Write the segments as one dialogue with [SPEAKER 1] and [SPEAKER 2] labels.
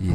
[SPEAKER 1] 以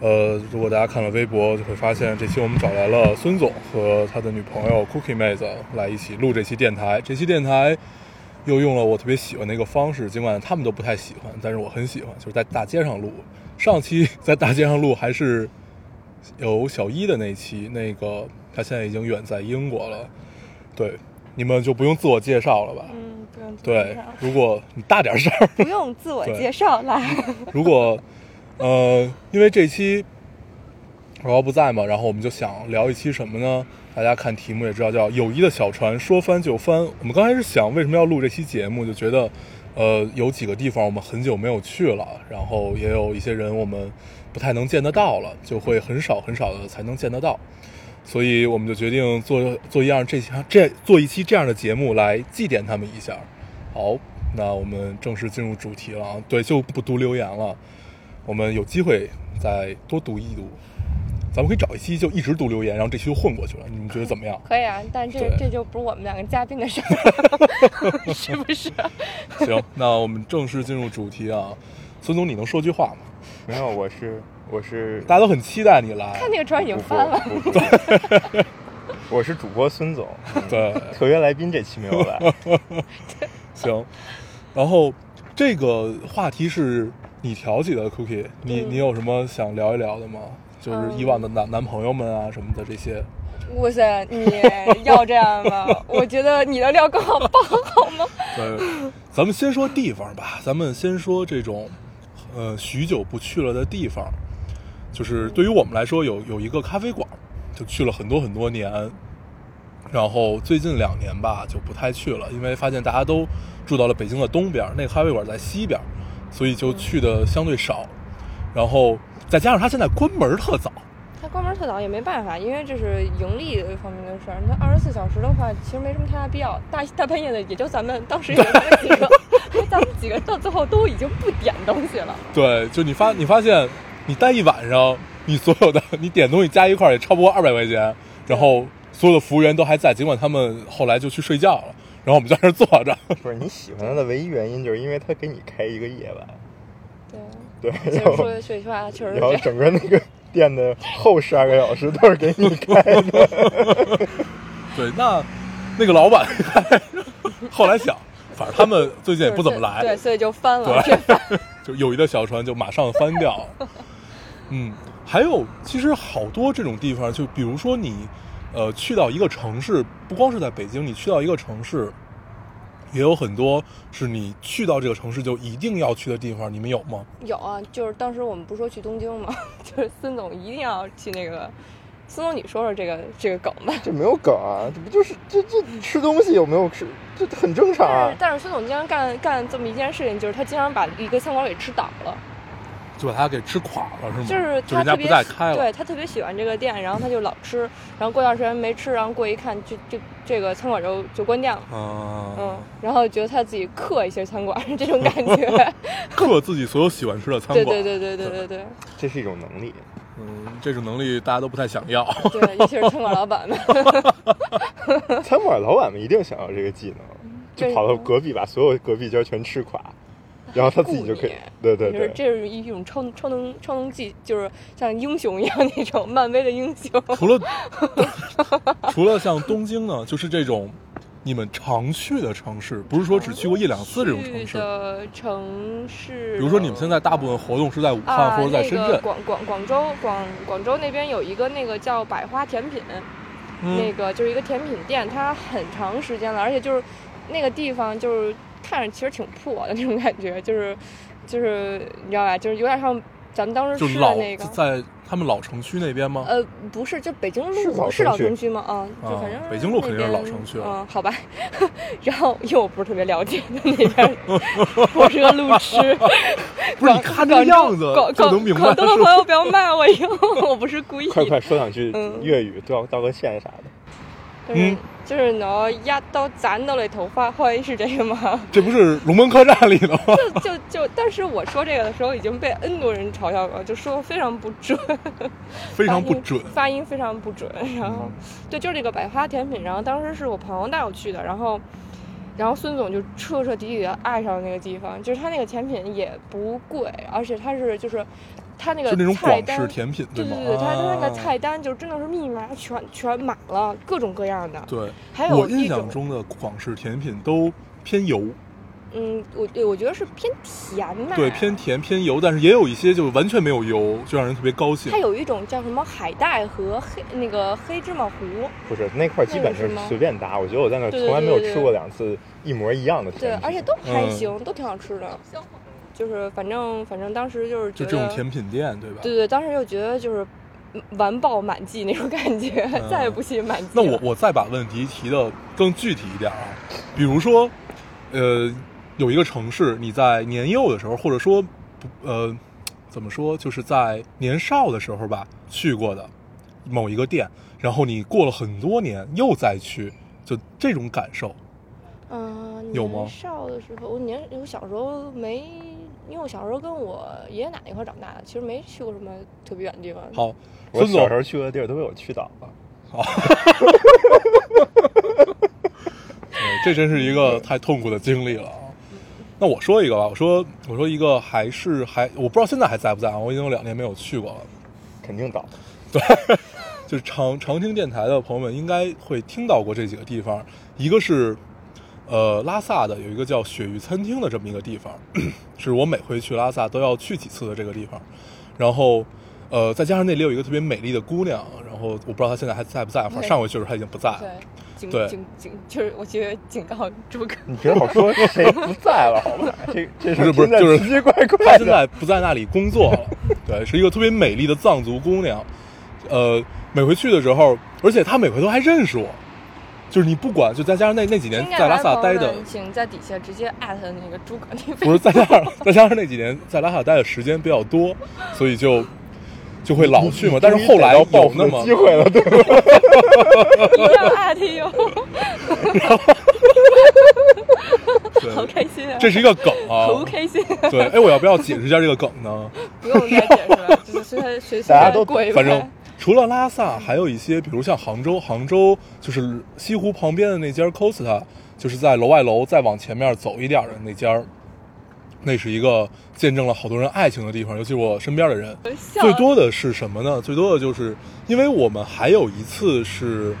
[SPEAKER 2] 呃，如果大家看了微博，就会发现这期我们找来了孙总和他的女朋友 Cookie 妹子来一起录这期电台。这期电台又用了我特别喜欢的一个方式，尽管他们都不太喜欢，但是我很喜欢，就是在大街上录。上期在大街上录还是有小一的那一期，那个他现在已经远在英国了，对，你们就不用自我介绍了吧？
[SPEAKER 3] 嗯，不用自我介
[SPEAKER 2] 对
[SPEAKER 3] 绍，
[SPEAKER 2] 如果你大点声儿，
[SPEAKER 3] 不用自我介绍来。
[SPEAKER 2] 如果呃，因为这期老高不在嘛，然后我们就想聊一期什么呢？大家看题目也知道，叫“友谊的小船说翻就翻”。我们刚开始想为什么要录这期节目，就觉得呃有几个地方我们很久没有去了，然后也有一些人我们不太能见得到了，就会很少很少的才能见得到。所以我们就决定做做一样这期这做一期这样的节目来祭奠他们一下。好，那我们正式进入主题了啊！对，就不读留言了，我们有机会再多读一读。咱们可以找一期就一直读留言，然后这期就混过去了，你们觉得怎么样？
[SPEAKER 3] 可以啊，但这
[SPEAKER 2] 对
[SPEAKER 3] 这就不是我们两个嘉宾的事 儿，是不是？
[SPEAKER 2] 行，那我们正式进入主题啊。孙总，你能说句话吗？
[SPEAKER 4] 没有，我是我是
[SPEAKER 2] 大家都很期待你来
[SPEAKER 3] 看。那个船已经
[SPEAKER 4] 主
[SPEAKER 3] 翻
[SPEAKER 4] 播
[SPEAKER 3] 了，，
[SPEAKER 4] 不不不我是主播孙 总。嗯
[SPEAKER 2] 对，
[SPEAKER 4] 特约来宾这期没有来，
[SPEAKER 2] 行。然后这个话题是你挑起的，Cookie，你、
[SPEAKER 3] 嗯
[SPEAKER 2] 你有什么想聊一聊的吗？就是以往的男、男朋友们啊什么的这些。
[SPEAKER 3] 哇塞，你要这 样吗？我觉得你的料更好爆，好吗？
[SPEAKER 2] 对，咱们先说地方吧，咱们先说这种，呃，许久不去了的地方，就是对于我们来说有有一个咖啡馆，就去了很多很多年，然后最近两年吧就不太去了，因为发现大家都住到了北京的东边，那个咖啡馆在西边，所以就去的相对少，然后再加上它现在关门特早，
[SPEAKER 3] 他关门特早也没办法，因为这是盈利方面的事儿。那二十四小时的话，其实没什么太大必要。大大半夜的，也就咱们 当时也就咱们几个，咱们几个到最后都已经不点东西 了。
[SPEAKER 2] 对，就你发你发现，你待一晚上，你所有的你点东西加一块儿也超不过二百块钱，然后所有的 服务员都还在，尽管他们后来就去睡觉了，然后我们在那儿坐着，
[SPEAKER 4] 不是你喜欢他的唯一原因，就是因为他给你开一个夜晚，
[SPEAKER 3] 对，
[SPEAKER 4] 对，
[SPEAKER 2] 哎
[SPEAKER 3] 其
[SPEAKER 4] 然
[SPEAKER 3] 实
[SPEAKER 4] 后
[SPEAKER 3] 说句实话，确实是
[SPEAKER 4] 然
[SPEAKER 3] 这
[SPEAKER 4] 后
[SPEAKER 3] 样。
[SPEAKER 4] 整个那个店的后十二个小时都是给你开的，
[SPEAKER 2] 对，那那个老板 后来想，反正他们最近也不怎么来，
[SPEAKER 3] 对，所以就翻了。
[SPEAKER 2] 对，就友谊的小船就马上翻掉 了。嗯，还有其实好多这种地方，就比如说你，呃，去到一个城市，不光是在北京，你去到一个城市，也有很多是你去到这个城市就一定要去的地方，你们有吗？
[SPEAKER 3] 有啊，就是当时我们不是说去东京吗？ 就是孙总一定要去那个。孙总，你说说这个这个梗吧。
[SPEAKER 4] 这没有梗啊，这不就是这这吃东西有没有吃，这很正常
[SPEAKER 3] 但是
[SPEAKER 4] 啊。
[SPEAKER 3] 但是孙总经常干干这么一件事情，就是他经常把一个餐馆给吃倒了，
[SPEAKER 2] 就把它给吃垮了，是吗？
[SPEAKER 3] 就是
[SPEAKER 2] 嗯就
[SPEAKER 3] 他
[SPEAKER 2] 人家
[SPEAKER 3] 特
[SPEAKER 2] 不
[SPEAKER 3] 别
[SPEAKER 2] 再
[SPEAKER 3] 喜
[SPEAKER 2] 开了
[SPEAKER 3] 对。他特别喜欢这个店，然后他就老吃，然后过段时间没吃，然后过一看，就就这个餐馆就就关店了。
[SPEAKER 2] 啊，
[SPEAKER 3] 嗯，然后觉得他自己克一些餐馆 这种感 觉，
[SPEAKER 2] 克自己所有喜欢吃的餐
[SPEAKER 3] 对
[SPEAKER 2] 馆。
[SPEAKER 3] 对对对对对对
[SPEAKER 4] 这是一种能力，
[SPEAKER 2] 嗯，这种能力大家都不太想要。
[SPEAKER 3] 对，尤其是餐馆老板们，
[SPEAKER 4] 餐馆老板们一定想要这个技能，
[SPEAKER 3] 嗯
[SPEAKER 4] 就跑到隔壁把所有隔壁间全吃垮，然后他自己就可以
[SPEAKER 3] 雇你，
[SPEAKER 4] 对对
[SPEAKER 3] 就是
[SPEAKER 4] 对，
[SPEAKER 3] 这是一种超超能超能技，就是像英雄一样那种漫威的英雄。
[SPEAKER 2] 除了 除了像东京呢，就是这种你们常去的城市，不是说只去过一两次这种城
[SPEAKER 3] 去
[SPEAKER 2] 市。
[SPEAKER 3] 哦的城市，
[SPEAKER 2] 比如说你们现在大部分活动是在武汉
[SPEAKER 3] 啊，
[SPEAKER 2] 或者在深
[SPEAKER 3] 那个、
[SPEAKER 2] 圳，
[SPEAKER 3] 广广广州广广州那边有一个那个叫百花甜品，那
[SPEAKER 2] 嗯，
[SPEAKER 3] 个就是一个甜品店，它很长时间了，而且就是那个地方就是看着其实挺破的那种感觉，就是就是你知道吧，就是有点像咱们当时
[SPEAKER 2] 就
[SPEAKER 3] 试
[SPEAKER 2] 老
[SPEAKER 3] 的那个，
[SPEAKER 2] 在他们老城区那边吗？
[SPEAKER 3] 呃，不是，就北京
[SPEAKER 4] 是
[SPEAKER 3] 路
[SPEAKER 4] 老
[SPEAKER 3] 是老
[SPEAKER 4] 城区
[SPEAKER 3] 城区吗？啊，就
[SPEAKER 2] 啊
[SPEAKER 3] 反正
[SPEAKER 2] 北京路肯定是
[SPEAKER 3] 那边
[SPEAKER 2] 老城区了
[SPEAKER 3] 啊，好吧。 然后因为我不是特别了解的那边儿，我是个路 痴。
[SPEAKER 2] 不是，
[SPEAKER 3] 广
[SPEAKER 2] 你看这个
[SPEAKER 3] 广
[SPEAKER 2] 样
[SPEAKER 3] 州
[SPEAKER 2] 子
[SPEAKER 3] 广
[SPEAKER 2] 就
[SPEAKER 3] 广
[SPEAKER 2] 能明白
[SPEAKER 3] 广东
[SPEAKER 2] 是吧
[SPEAKER 3] 的朋友不要骂我哟，我不是故意。
[SPEAKER 4] 快快说两句
[SPEAKER 3] 嗯
[SPEAKER 4] 粤语，道道个歉啥的。
[SPEAKER 3] 就是
[SPEAKER 2] 嗯
[SPEAKER 3] 就是我一刀斬到你頭髮開，是这个吗？
[SPEAKER 2] 这不是龙门客栈里的吗？
[SPEAKER 3] 就就就，但是我说这个的时候已经被 N 多人嘲笑过，就说得非常不准，
[SPEAKER 2] 非常不准嗯
[SPEAKER 3] 发音，发音非常不准。然后，对，就是这个百花甜品，然后当时是我朋友带我去的，然后，然后孙总就彻彻底底的爱上了那个地方，就是他那个甜品也不贵，而且它是就是他那
[SPEAKER 2] 就那
[SPEAKER 3] 个
[SPEAKER 2] 种
[SPEAKER 3] 菜
[SPEAKER 2] 广
[SPEAKER 3] 单
[SPEAKER 2] 式。甜品，
[SPEAKER 3] 对
[SPEAKER 2] 吗
[SPEAKER 3] 对？对，他他那
[SPEAKER 2] 啊
[SPEAKER 3] 个菜单就真的是密麻全全满了，各种各样的。
[SPEAKER 2] 对，
[SPEAKER 3] 还有
[SPEAKER 2] 我
[SPEAKER 3] 一
[SPEAKER 2] 印
[SPEAKER 3] 种
[SPEAKER 2] 象中的广式甜品都偏油，
[SPEAKER 3] 嗯，我对我觉得是偏甜吧，
[SPEAKER 2] 对，偏。甜偏油，但是也有一些就完全没有油，就让人特别高兴
[SPEAKER 3] 它。有一种叫什么海带和黑那个黑芝麻糊，
[SPEAKER 4] 不是那块儿基本
[SPEAKER 3] 那个
[SPEAKER 4] 就
[SPEAKER 3] 是
[SPEAKER 4] 是
[SPEAKER 3] 吗
[SPEAKER 4] 随便搭，我觉得我在那儿
[SPEAKER 3] 对
[SPEAKER 4] 从
[SPEAKER 3] 对
[SPEAKER 4] 来没有
[SPEAKER 3] 对对
[SPEAKER 4] 吃过两次一模一样的
[SPEAKER 3] 对
[SPEAKER 4] 甜，品。
[SPEAKER 3] 而且都还行，
[SPEAKER 2] 嗯
[SPEAKER 3] 都挺好吃的。就是反正反正当时就是
[SPEAKER 2] 就
[SPEAKER 3] 觉得，
[SPEAKER 2] 这种甜品店，对吧？
[SPEAKER 3] 对对，当时就觉得就是完爆满记那种感觉，
[SPEAKER 2] 嗯
[SPEAKER 3] 再也不信满记了。
[SPEAKER 2] 那我我再把问题提的更具体一点啊，比如说，呃，有一个城市，你在年幼的时候，或者说不呃，怎么说，就是在年少的时候吧，去过的某一个店，然后你过了很多年又再去，就这种感受，
[SPEAKER 3] 嗯、
[SPEAKER 2] 有吗
[SPEAKER 3] 年少的时候，我年我小时候没，因为我小时候跟我爷爷奶奶一块儿长大的，其实没去过什么特别远的地方。
[SPEAKER 2] 好，
[SPEAKER 4] 我
[SPEAKER 2] 孙总
[SPEAKER 4] 小时候去过的地儿都被我去倒了。
[SPEAKER 2] 对，这真是一个太痛苦的经历了啊。那我说一个吧，我说我说一个还是还我不知道现在还在不在啊，我已经有两年没有去过了。
[SPEAKER 4] 肯定倒。
[SPEAKER 2] 就是常常听电台的朋友们应该会听到过这几个地方，一个是呃拉萨的有一个叫鳕鱼餐厅的这么一个地方， 是我每回去拉萨都要去几次的这个地方。然后呃再加上那里有一个特别美丽的姑娘，然后我不知道她现在还在不在，反正上回去的时候她已经不在了。
[SPEAKER 3] 对，警
[SPEAKER 2] 对
[SPEAKER 3] 警警，就是我觉得警告朱哥。
[SPEAKER 4] 你别老说谁不在了，好 吧？这这事儿
[SPEAKER 2] 不是不是
[SPEAKER 4] 听着
[SPEAKER 2] 就是
[SPEAKER 4] 奇奇怪
[SPEAKER 2] 她
[SPEAKER 4] 怪
[SPEAKER 2] 现
[SPEAKER 4] 的。
[SPEAKER 2] 在不在那里工作了， 对，是一个特别美丽的藏族姑娘。呃，每回去的时候，而且她每回都还认识我，就是你不管，就再加上那那几年
[SPEAKER 3] 听 见
[SPEAKER 2] 在拉
[SPEAKER 3] 的
[SPEAKER 2] 萨
[SPEAKER 3] 朋
[SPEAKER 2] 待
[SPEAKER 3] 友
[SPEAKER 2] 的，
[SPEAKER 3] 们请在底下直接艾特那个诸葛那
[SPEAKER 2] 不是再加上再加上那几年在拉萨待的时间比较多，所以就就会老去嘛。但是后来
[SPEAKER 4] 要报
[SPEAKER 2] 有
[SPEAKER 4] 复
[SPEAKER 2] 那
[SPEAKER 4] 的
[SPEAKER 2] 么
[SPEAKER 4] 机会了，对吧？
[SPEAKER 3] 一定要艾 特哟，
[SPEAKER 2] 对，
[SPEAKER 3] 好开心啊！
[SPEAKER 2] 这是一个梗 啊
[SPEAKER 3] 可。不开心，
[SPEAKER 2] 对，哎，我要不要解释一下这个梗呢？
[SPEAKER 3] 不用再解释了，就是随他随随
[SPEAKER 4] 大家
[SPEAKER 3] 他
[SPEAKER 4] 都
[SPEAKER 3] 跪呗。
[SPEAKER 2] 反正除了拉萨，还有一些，比如像杭州，杭州就是西湖旁边的那家 Costa，就是在楼外楼再往前面走一点的那家儿，那是一个见证了好多人爱情的地方，尤其我身边的人。
[SPEAKER 3] 笑
[SPEAKER 2] 最多的是什么呢？最多的就是因为我们还有一次是，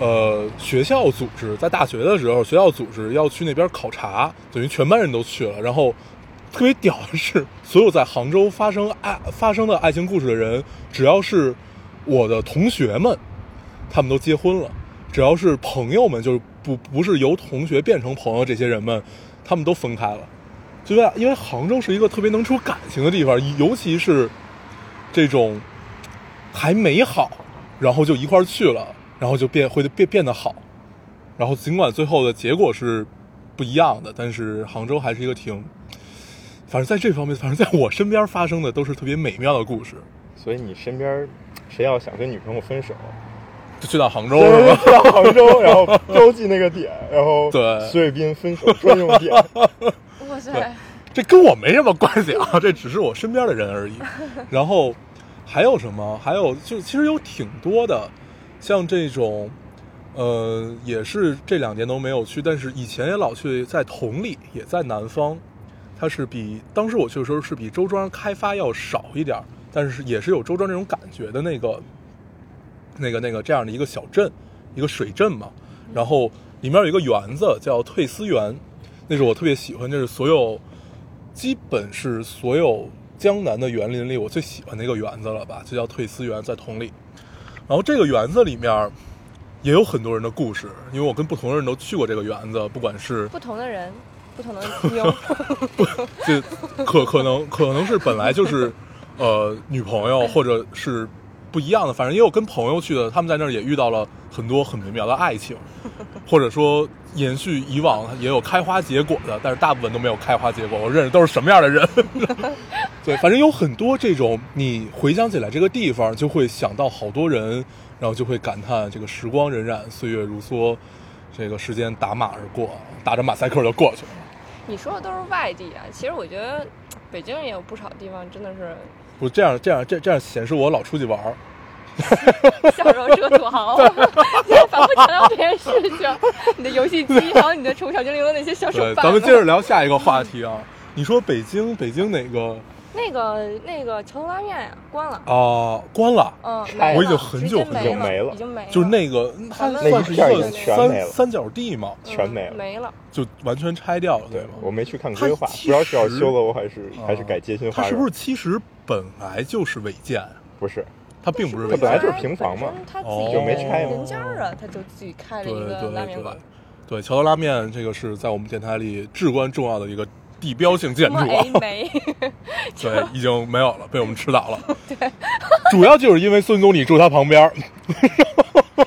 [SPEAKER 2] 呃，学校组织在大学的时候，学校组织要去那边考察，等于全班人都去了。然后特别屌的是，所有在杭州发生爱发生的爱情故事的人，只要是我的同学们，他们都结婚了。只要是朋友们，就是不不是由同学变成朋友这些人们，他们都分开了。就因为因为杭州是一个特别能出感情的地方，尤其是这种还没好，然后就一块儿去了，然后就变会变变得好，然后尽管最后的结果是不一样的，但是杭州还是一个挺，反正在这方面，反正在我身边发生的都是特别美妙的故事。
[SPEAKER 4] 所以你身边谁要想跟女朋友 分手，
[SPEAKER 2] 就去到杭州是 吧？
[SPEAKER 4] 到杭州，然后 标记那个点，然后
[SPEAKER 2] 对
[SPEAKER 4] 徐伟斌分手专用点。
[SPEAKER 3] 哇塞
[SPEAKER 2] 对，这跟我没什么关系啊，这只是我身边的人而已。然后还有什么？还有就其实有挺多的，像这种，呃，也是这两年都没有去，但是以前也老去，在同里也在南方，它是比当时我去的时候是比周庄开发要少一点儿，但是也是有周庄那种感觉的那个那个那个这样的一个小镇，一个水镇嘛。然后里面有一个园子叫退思园，那是我特别喜欢，就是所有基本是所有江南的园林里我最喜欢的一个园子了吧，就叫退思园，在同里。然后这个园子里面也有很多人的故事，因为我跟不同的人都去过这个园子，不管是
[SPEAKER 3] 不同的人，不同的妞，
[SPEAKER 2] 就可可能可能是本来就是呃女朋友或者是不一样的，反正也有跟朋友去的，他们在那儿也遇到了很多很美妙的爱情，或者说延续以往也有开花结果的，但是大部分都没有开花结果。我认识都是什么样的人？ 对，反正有很多这种，你回想起来这个地方，就会想到好多人，然后就会感叹这个时光荏苒，岁月如梭，这个时间打马而过，打着马赛克就过去了。
[SPEAKER 3] 你说的都是外地啊，其实我觉得北京也有不少地方真的是
[SPEAKER 2] 我这样这样这这样显示我老出去玩儿，
[SPEAKER 3] 笑容遮土豪， 你要反复强调这件事情，你的游戏机，然后你的宠物小精灵的那些小手
[SPEAKER 2] 对，
[SPEAKER 3] 办。
[SPEAKER 2] 咱们接着聊下一个话题啊。你说北京，北京哪个
[SPEAKER 3] 那个那个桥头拉面呀、关了，
[SPEAKER 2] 啊、关了？
[SPEAKER 3] 嗯，
[SPEAKER 4] 哎
[SPEAKER 3] 没
[SPEAKER 4] 我
[SPEAKER 2] 已
[SPEAKER 3] 了
[SPEAKER 2] 经很久
[SPEAKER 3] 直接
[SPEAKER 2] 很
[SPEAKER 4] 久
[SPEAKER 3] 没
[SPEAKER 4] 没了
[SPEAKER 3] 已经没了，
[SPEAKER 2] 就是那个，它
[SPEAKER 3] 那
[SPEAKER 2] 算是
[SPEAKER 4] 嗯一
[SPEAKER 2] 一
[SPEAKER 4] 片儿已
[SPEAKER 2] 个
[SPEAKER 4] 经全没
[SPEAKER 2] 三
[SPEAKER 4] 了
[SPEAKER 2] 三角地嘛，
[SPEAKER 3] 嗯
[SPEAKER 4] 全没了
[SPEAKER 3] 没了。
[SPEAKER 2] 就完全拆掉了，
[SPEAKER 4] 对
[SPEAKER 2] 吗？
[SPEAKER 4] 我没去看
[SPEAKER 2] 它
[SPEAKER 4] 规划，不
[SPEAKER 2] 其
[SPEAKER 4] 知道是要
[SPEAKER 2] 实
[SPEAKER 4] 修楼还是还是
[SPEAKER 2] 啊
[SPEAKER 4] 改街心
[SPEAKER 2] 它
[SPEAKER 4] 花
[SPEAKER 2] 是
[SPEAKER 4] 园？
[SPEAKER 2] 不是其实本来就是违建？
[SPEAKER 4] 不是？
[SPEAKER 2] 它并不是违
[SPEAKER 4] 它
[SPEAKER 2] 建，
[SPEAKER 4] 本来就是平房嘛
[SPEAKER 3] 本身他自己
[SPEAKER 4] 就没拆嘛
[SPEAKER 3] 人家儿啊，他就自己开了
[SPEAKER 2] 对
[SPEAKER 3] 一个拉
[SPEAKER 2] 对
[SPEAKER 3] 面
[SPEAKER 2] 对
[SPEAKER 3] 馆。
[SPEAKER 2] 对，桥头拉面这个是在我们电台里至关重要的一个地标性建
[SPEAKER 3] 什
[SPEAKER 2] 筑
[SPEAKER 3] 么
[SPEAKER 2] 啊。
[SPEAKER 4] 哎
[SPEAKER 3] A 梅？
[SPEAKER 2] 对，已经没有了，被我们吃倒 了。对，主要就是因为孙总理住他旁边儿，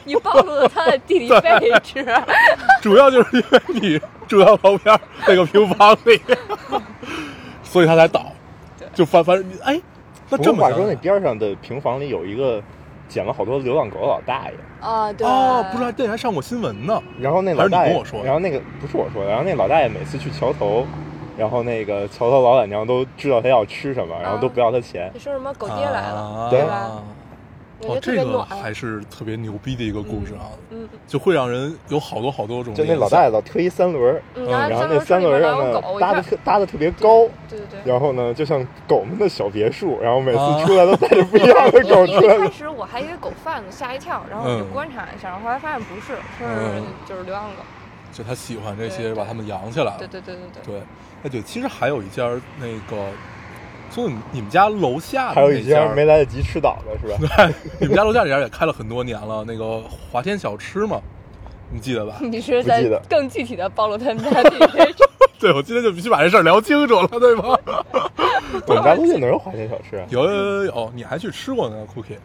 [SPEAKER 3] 你暴露了他的地理位置。
[SPEAKER 2] 主要就是因为你住他旁边儿那个平房里，所以他才倒。就反反正哎，那
[SPEAKER 4] 不
[SPEAKER 2] 这
[SPEAKER 4] 过
[SPEAKER 2] 么
[SPEAKER 4] 话
[SPEAKER 2] 想
[SPEAKER 4] 说，那边上的平房里有一个捡了好多流浪狗的老大爷，
[SPEAKER 3] 啊，对。
[SPEAKER 2] 哦，不是，还这还上过新闻呢。
[SPEAKER 4] 然后那
[SPEAKER 2] 还
[SPEAKER 4] 老
[SPEAKER 2] 是你
[SPEAKER 4] 大
[SPEAKER 2] 跟
[SPEAKER 4] 爷
[SPEAKER 2] 我说的，
[SPEAKER 4] 然后那个不是我说的，然后那老大爷每次去桥头，然后那个桥头老板娘都知道他要吃什么，然后都不要他钱
[SPEAKER 3] 你。说什么狗爹来了，
[SPEAKER 2] 啊
[SPEAKER 3] 对吧？
[SPEAKER 2] 哦，
[SPEAKER 3] 我觉得特
[SPEAKER 2] 这
[SPEAKER 3] 别
[SPEAKER 2] 个
[SPEAKER 3] 暖。
[SPEAKER 2] 还是特别牛逼的一个故事啊，
[SPEAKER 3] 嗯
[SPEAKER 2] 就会让人有好多好多种
[SPEAKER 4] 就
[SPEAKER 2] 联想。
[SPEAKER 4] 那老大爷老推一三轮儿，
[SPEAKER 3] 嗯，
[SPEAKER 4] 然后
[SPEAKER 3] 后
[SPEAKER 4] 那三
[SPEAKER 3] 轮
[SPEAKER 4] 轮儿
[SPEAKER 3] 上
[SPEAKER 4] 上
[SPEAKER 3] 面有
[SPEAKER 4] 呢
[SPEAKER 3] 狗，我一
[SPEAKER 4] 搭的
[SPEAKER 3] 看，
[SPEAKER 4] 特搭的特别高，
[SPEAKER 3] 对对对。
[SPEAKER 4] 然后呢就像狗们的小别墅，然后每
[SPEAKER 2] 啊
[SPEAKER 4] 次出来都带着不一样的狗出
[SPEAKER 3] 因为
[SPEAKER 4] 来
[SPEAKER 3] 一开
[SPEAKER 4] 了。
[SPEAKER 3] 始我还以为狗贩子，吓一跳，然后我就
[SPEAKER 2] 嗯
[SPEAKER 3] 观察一下，然后后来发现不是，是
[SPEAKER 2] 嗯
[SPEAKER 3] 就是流浪狗。
[SPEAKER 2] 就他喜欢这些，
[SPEAKER 3] 对
[SPEAKER 2] 把他们养起来了。
[SPEAKER 3] 对对对 对对。
[SPEAKER 2] 对，哎对，其实还有一家儿那个，从你们你们家楼下的
[SPEAKER 4] 还有
[SPEAKER 2] 那
[SPEAKER 4] 一家
[SPEAKER 2] 儿
[SPEAKER 4] 没来得及吃倒的是吧？
[SPEAKER 2] 你们家楼下这家也开了很多年了，那个华天小吃嘛，你记得吧
[SPEAKER 3] ？你是
[SPEAKER 4] 不
[SPEAKER 3] 在
[SPEAKER 4] 记得
[SPEAKER 3] 更具体的暴露他们家地理位置。
[SPEAKER 2] 对，我今天就必须把这事儿聊清楚了，对吗？
[SPEAKER 4] 我们家楼下哪有华天小吃啊？
[SPEAKER 2] 有有有有，你还去吃过呢，Cookie。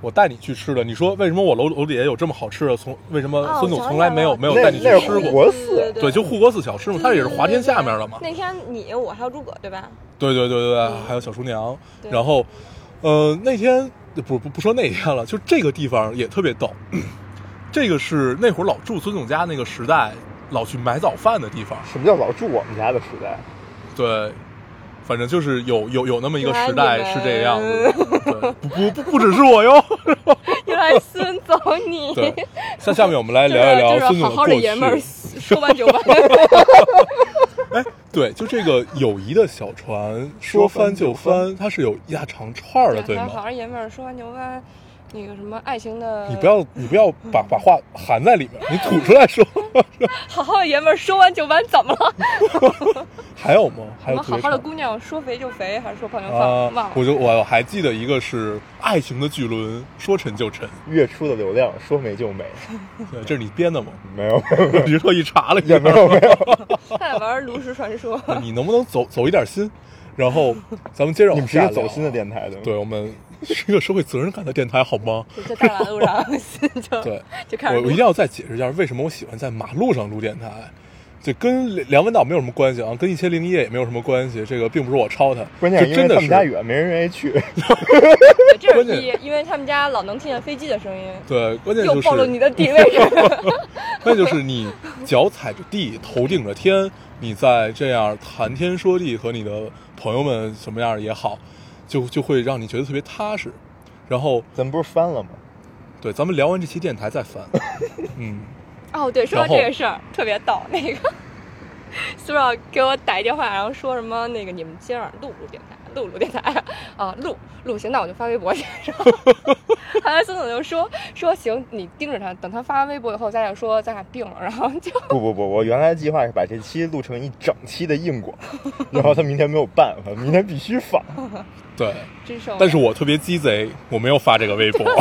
[SPEAKER 2] 我带你去吃的，你说为什么我楼楼底下有这么好吃的？从为什么
[SPEAKER 3] 哦
[SPEAKER 2] 孙
[SPEAKER 3] 我
[SPEAKER 2] 总
[SPEAKER 3] 想
[SPEAKER 2] 从来
[SPEAKER 3] 起
[SPEAKER 2] 没
[SPEAKER 3] 来
[SPEAKER 2] 有
[SPEAKER 3] 了
[SPEAKER 2] 没有带
[SPEAKER 4] 那
[SPEAKER 2] 你去
[SPEAKER 4] 那
[SPEAKER 2] 吃
[SPEAKER 4] 是护
[SPEAKER 2] 过？
[SPEAKER 4] 国
[SPEAKER 3] 对
[SPEAKER 4] 寺，
[SPEAKER 2] 对，就护国寺小吃嘛，它也是华天下面的嘛。
[SPEAKER 3] 那天你我还有诸葛对吧？
[SPEAKER 2] 对对对对对，
[SPEAKER 3] 嗯
[SPEAKER 2] 还有小厨娘。
[SPEAKER 3] 对
[SPEAKER 2] 然后，呃，那天不不不说那天了，就这个地方也特别逗。 这个是那会儿老住孙总家那个时代，老去买早饭的地方。
[SPEAKER 4] 什么叫老住我们家的时代？
[SPEAKER 2] 对，反正就是有有有那么一个
[SPEAKER 3] 原来
[SPEAKER 2] 时
[SPEAKER 3] 你
[SPEAKER 2] 代
[SPEAKER 3] 们
[SPEAKER 2] 是这个样子的。对，不不不不只是我哟。
[SPEAKER 3] 原来孙总你
[SPEAKER 2] 对，下下面我们来
[SPEAKER 3] 就是
[SPEAKER 2] 聊一聊
[SPEAKER 3] 就
[SPEAKER 2] 孙
[SPEAKER 3] 是
[SPEAKER 2] 总的过
[SPEAKER 3] 好好的
[SPEAKER 2] 去。
[SPEAKER 3] 爷们儿，说完就完。
[SPEAKER 2] 哎，对，就这个友谊的小船，说翻就翻，它是有一大长串儿的，对
[SPEAKER 3] 好
[SPEAKER 2] 吗？
[SPEAKER 3] 好爷们儿说完就完。那个什么爱情的，
[SPEAKER 2] 你不要，你不要把把话含在里面，你吐出来说。
[SPEAKER 3] 好好的爷们儿说完就完，怎么了？
[SPEAKER 2] 还有吗？还
[SPEAKER 3] 我
[SPEAKER 2] 有
[SPEAKER 3] 们
[SPEAKER 2] 特
[SPEAKER 3] 好
[SPEAKER 2] 别
[SPEAKER 3] 好的
[SPEAKER 2] 长
[SPEAKER 3] 姑娘说肥就肥，还是说胖就
[SPEAKER 2] 啊
[SPEAKER 3] 胖？忘
[SPEAKER 2] 我
[SPEAKER 3] 了。
[SPEAKER 2] 就我还记得一个是爱情的巨轮，说沉就沉，
[SPEAKER 4] 月初的流量说没就没，
[SPEAKER 2] 对，这是你编的 吗？
[SPEAKER 4] 没有
[SPEAKER 2] 你特意查了一
[SPEAKER 4] 也
[SPEAKER 2] 下
[SPEAKER 4] 没，有没有。
[SPEAKER 3] 爱玩炉石传说，
[SPEAKER 2] 你能不能走走一点心？然后咱们接着往
[SPEAKER 4] 你们是
[SPEAKER 2] 下
[SPEAKER 4] 一
[SPEAKER 2] 聊
[SPEAKER 4] 个走心的，电台，对吗？
[SPEAKER 2] 对我们是一个社会责任感的电台，好吗？
[SPEAKER 3] 就在大马路 上心就
[SPEAKER 2] 对，
[SPEAKER 3] 就开
[SPEAKER 2] 我
[SPEAKER 3] 始
[SPEAKER 2] 我
[SPEAKER 3] 录
[SPEAKER 2] 一定要再解释一下为什么我喜欢在马路上录电台。这跟梁梁文道没有什么关系啊，跟一千零一夜也没有什么关系。这个并不是我抄他，
[SPEAKER 4] 关键
[SPEAKER 2] 这
[SPEAKER 4] 是因
[SPEAKER 2] 真
[SPEAKER 4] 为
[SPEAKER 2] 的
[SPEAKER 4] 他们家
[SPEAKER 2] 是
[SPEAKER 4] 远，没人愿意去。
[SPEAKER 3] 对这
[SPEAKER 2] 关
[SPEAKER 3] 是
[SPEAKER 2] 键
[SPEAKER 3] 一，因为他们家老能听见飞机的声音，
[SPEAKER 2] 对，关键就
[SPEAKER 3] 又
[SPEAKER 2] 是
[SPEAKER 3] 暴露你的地理位置。
[SPEAKER 2] 那就是你脚踩着地，头顶着天，你在这样谈天说地和你的朋友们什么样也好，就就会让你觉得特别踏实。然后，
[SPEAKER 4] 咱们不是翻了吗？
[SPEAKER 2] 对，咱们聊完这期电台再翻。嗯，
[SPEAKER 3] 哦，对，说到
[SPEAKER 2] 然后
[SPEAKER 3] 这个事儿特别逗，那个 苏少给我打一电话，然后说什么那个你们今晚录不录电台？录不录电台啊？啊，录录行，那我就发微博去。 然后后来孙总就说说行，你盯着他，等他发完微博以后，咱俩说咱俩病了，然后就
[SPEAKER 4] 不不不，我原来计划是把这期录成一整期的硬广，然后他明天没有办法，明天必须放。
[SPEAKER 2] 对。
[SPEAKER 3] 真受不了，
[SPEAKER 2] 但是我特别鸡贼，我没有发这个微博。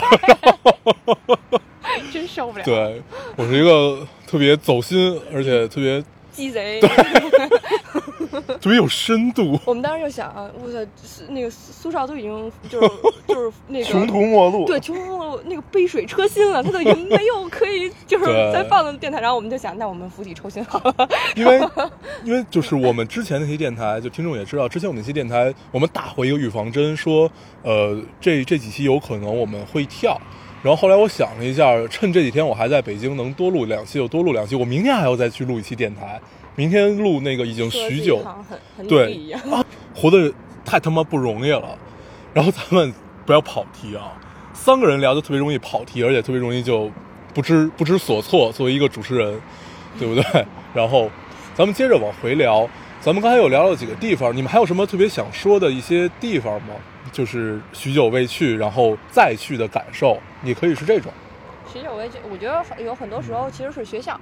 [SPEAKER 3] 真受不了，
[SPEAKER 2] 对我是一个特别走心，而且特别
[SPEAKER 3] 鸡贼，
[SPEAKER 2] 特别有深度，
[SPEAKER 3] 我们当时就想啊，我操，是那个苏苏少都已经就是就是 那个
[SPEAKER 4] 穷途末路，
[SPEAKER 3] 对，，穷途那个杯水车薪啊了，他都已经没有可以就是
[SPEAKER 2] 对
[SPEAKER 3] 再放到电台，然后我们就想，那我们釜底抽薪好了，
[SPEAKER 2] 因为因为就是我们之前那些电台，就听众也知道，之前我们那些电台，我们打过一个预防针，说呃这这几期有可能我们会跳。然后后来我想了一下，趁这几天我还在北京，能多录两期就多录两期。我明天还要再去录一期电台，明天录那个已经
[SPEAKER 3] 说得自
[SPEAKER 2] 许
[SPEAKER 3] 己
[SPEAKER 2] 久
[SPEAKER 3] 好像很很努
[SPEAKER 2] 对
[SPEAKER 3] 力一样。
[SPEAKER 2] 啊，活得太他妈不容易了。然后咱们不要跑题啊，三个人聊就特别容易跑题，而且特别容易就不知不知所措。作为一个主持人，对不对？ 然后咱们接着往回聊，咱们刚才有聊到几个地方，你们还有什么特别想说的一些地方吗？就是许久未去，然后再去的感受，也可以是这种
[SPEAKER 3] 许久未去，我觉得有很多时候其实是学校，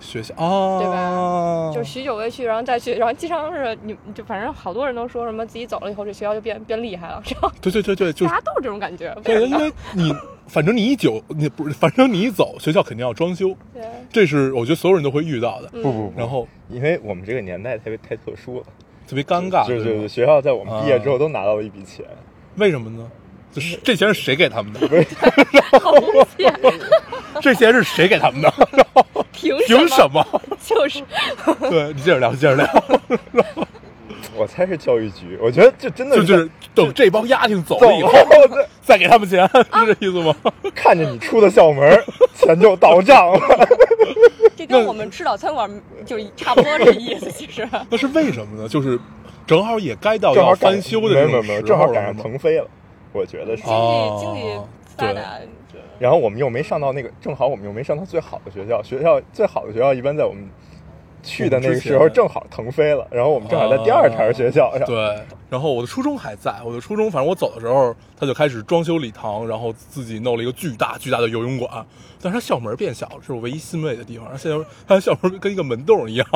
[SPEAKER 2] 学校啊，
[SPEAKER 3] 对就是许久未去，然后再去，然后经常是你就反正好多人都说什么自己走了以后这学校就变变厉害了，然后
[SPEAKER 2] 对对对对，就
[SPEAKER 3] 大
[SPEAKER 2] 是
[SPEAKER 3] 家都是这种感觉。为
[SPEAKER 2] 对，
[SPEAKER 3] 什
[SPEAKER 2] 因
[SPEAKER 3] 么
[SPEAKER 2] 为你反正你一久，你不是，反正你一走，学校肯定要装修，
[SPEAKER 3] 对，
[SPEAKER 2] 这是我觉得所有人都会遇到的。
[SPEAKER 3] 嗯
[SPEAKER 4] 不不不，
[SPEAKER 2] 然后
[SPEAKER 4] 因为我们这个年代特别太特殊了，
[SPEAKER 2] 特别尴尬，啊
[SPEAKER 4] 就是
[SPEAKER 2] 对吧
[SPEAKER 4] 就是学校在我们毕业之后都拿到了一笔钱，
[SPEAKER 2] 为什么呢？就是这钱是谁给他们的？
[SPEAKER 3] 好明显，
[SPEAKER 2] 这钱是谁给他 们的？
[SPEAKER 3] 凭
[SPEAKER 2] 凭什
[SPEAKER 3] 什么？
[SPEAKER 2] 么？
[SPEAKER 3] 就是
[SPEAKER 2] 对你接着聊，接着聊，
[SPEAKER 4] 我猜是教育局，我觉得这真的
[SPEAKER 2] 就就是等这帮丫挺走
[SPEAKER 4] 走
[SPEAKER 2] 了以
[SPEAKER 4] 了
[SPEAKER 2] 后， 再给他们钱， 是这意思吗？
[SPEAKER 4] 看着你出的校门， 钱就到账了。
[SPEAKER 3] 这跟我们吃早餐馆就差不多这意思，其实。
[SPEAKER 2] 那是为什么呢？就是正好也该到
[SPEAKER 4] 正
[SPEAKER 2] 要
[SPEAKER 4] 好赶
[SPEAKER 2] 翻修的
[SPEAKER 4] 没
[SPEAKER 2] 这
[SPEAKER 4] 有没有
[SPEAKER 2] 种
[SPEAKER 4] 没
[SPEAKER 2] 时
[SPEAKER 4] 有，
[SPEAKER 2] 候
[SPEAKER 4] 正好赶上
[SPEAKER 2] 了吗
[SPEAKER 4] 腾飞了，我觉得是。
[SPEAKER 2] 哦
[SPEAKER 3] 经济经济发达，
[SPEAKER 4] 然后我们又没上到那个，正好我们又没上到最好的学校，学校最好的学校一般在我们去的那个时
[SPEAKER 2] 我
[SPEAKER 4] 候
[SPEAKER 2] 们之前啊
[SPEAKER 4] 正好腾飞了，然后我们正好在第二茬学校上。
[SPEAKER 2] 对，然后我的初中还在，我的初中反正我走的时候，他就开始装修礼堂，然后自己弄了一个巨大巨大的游泳馆，但是他校门变小了，这是我唯一欣慰的地方。他校门他校门跟一个门洞一样，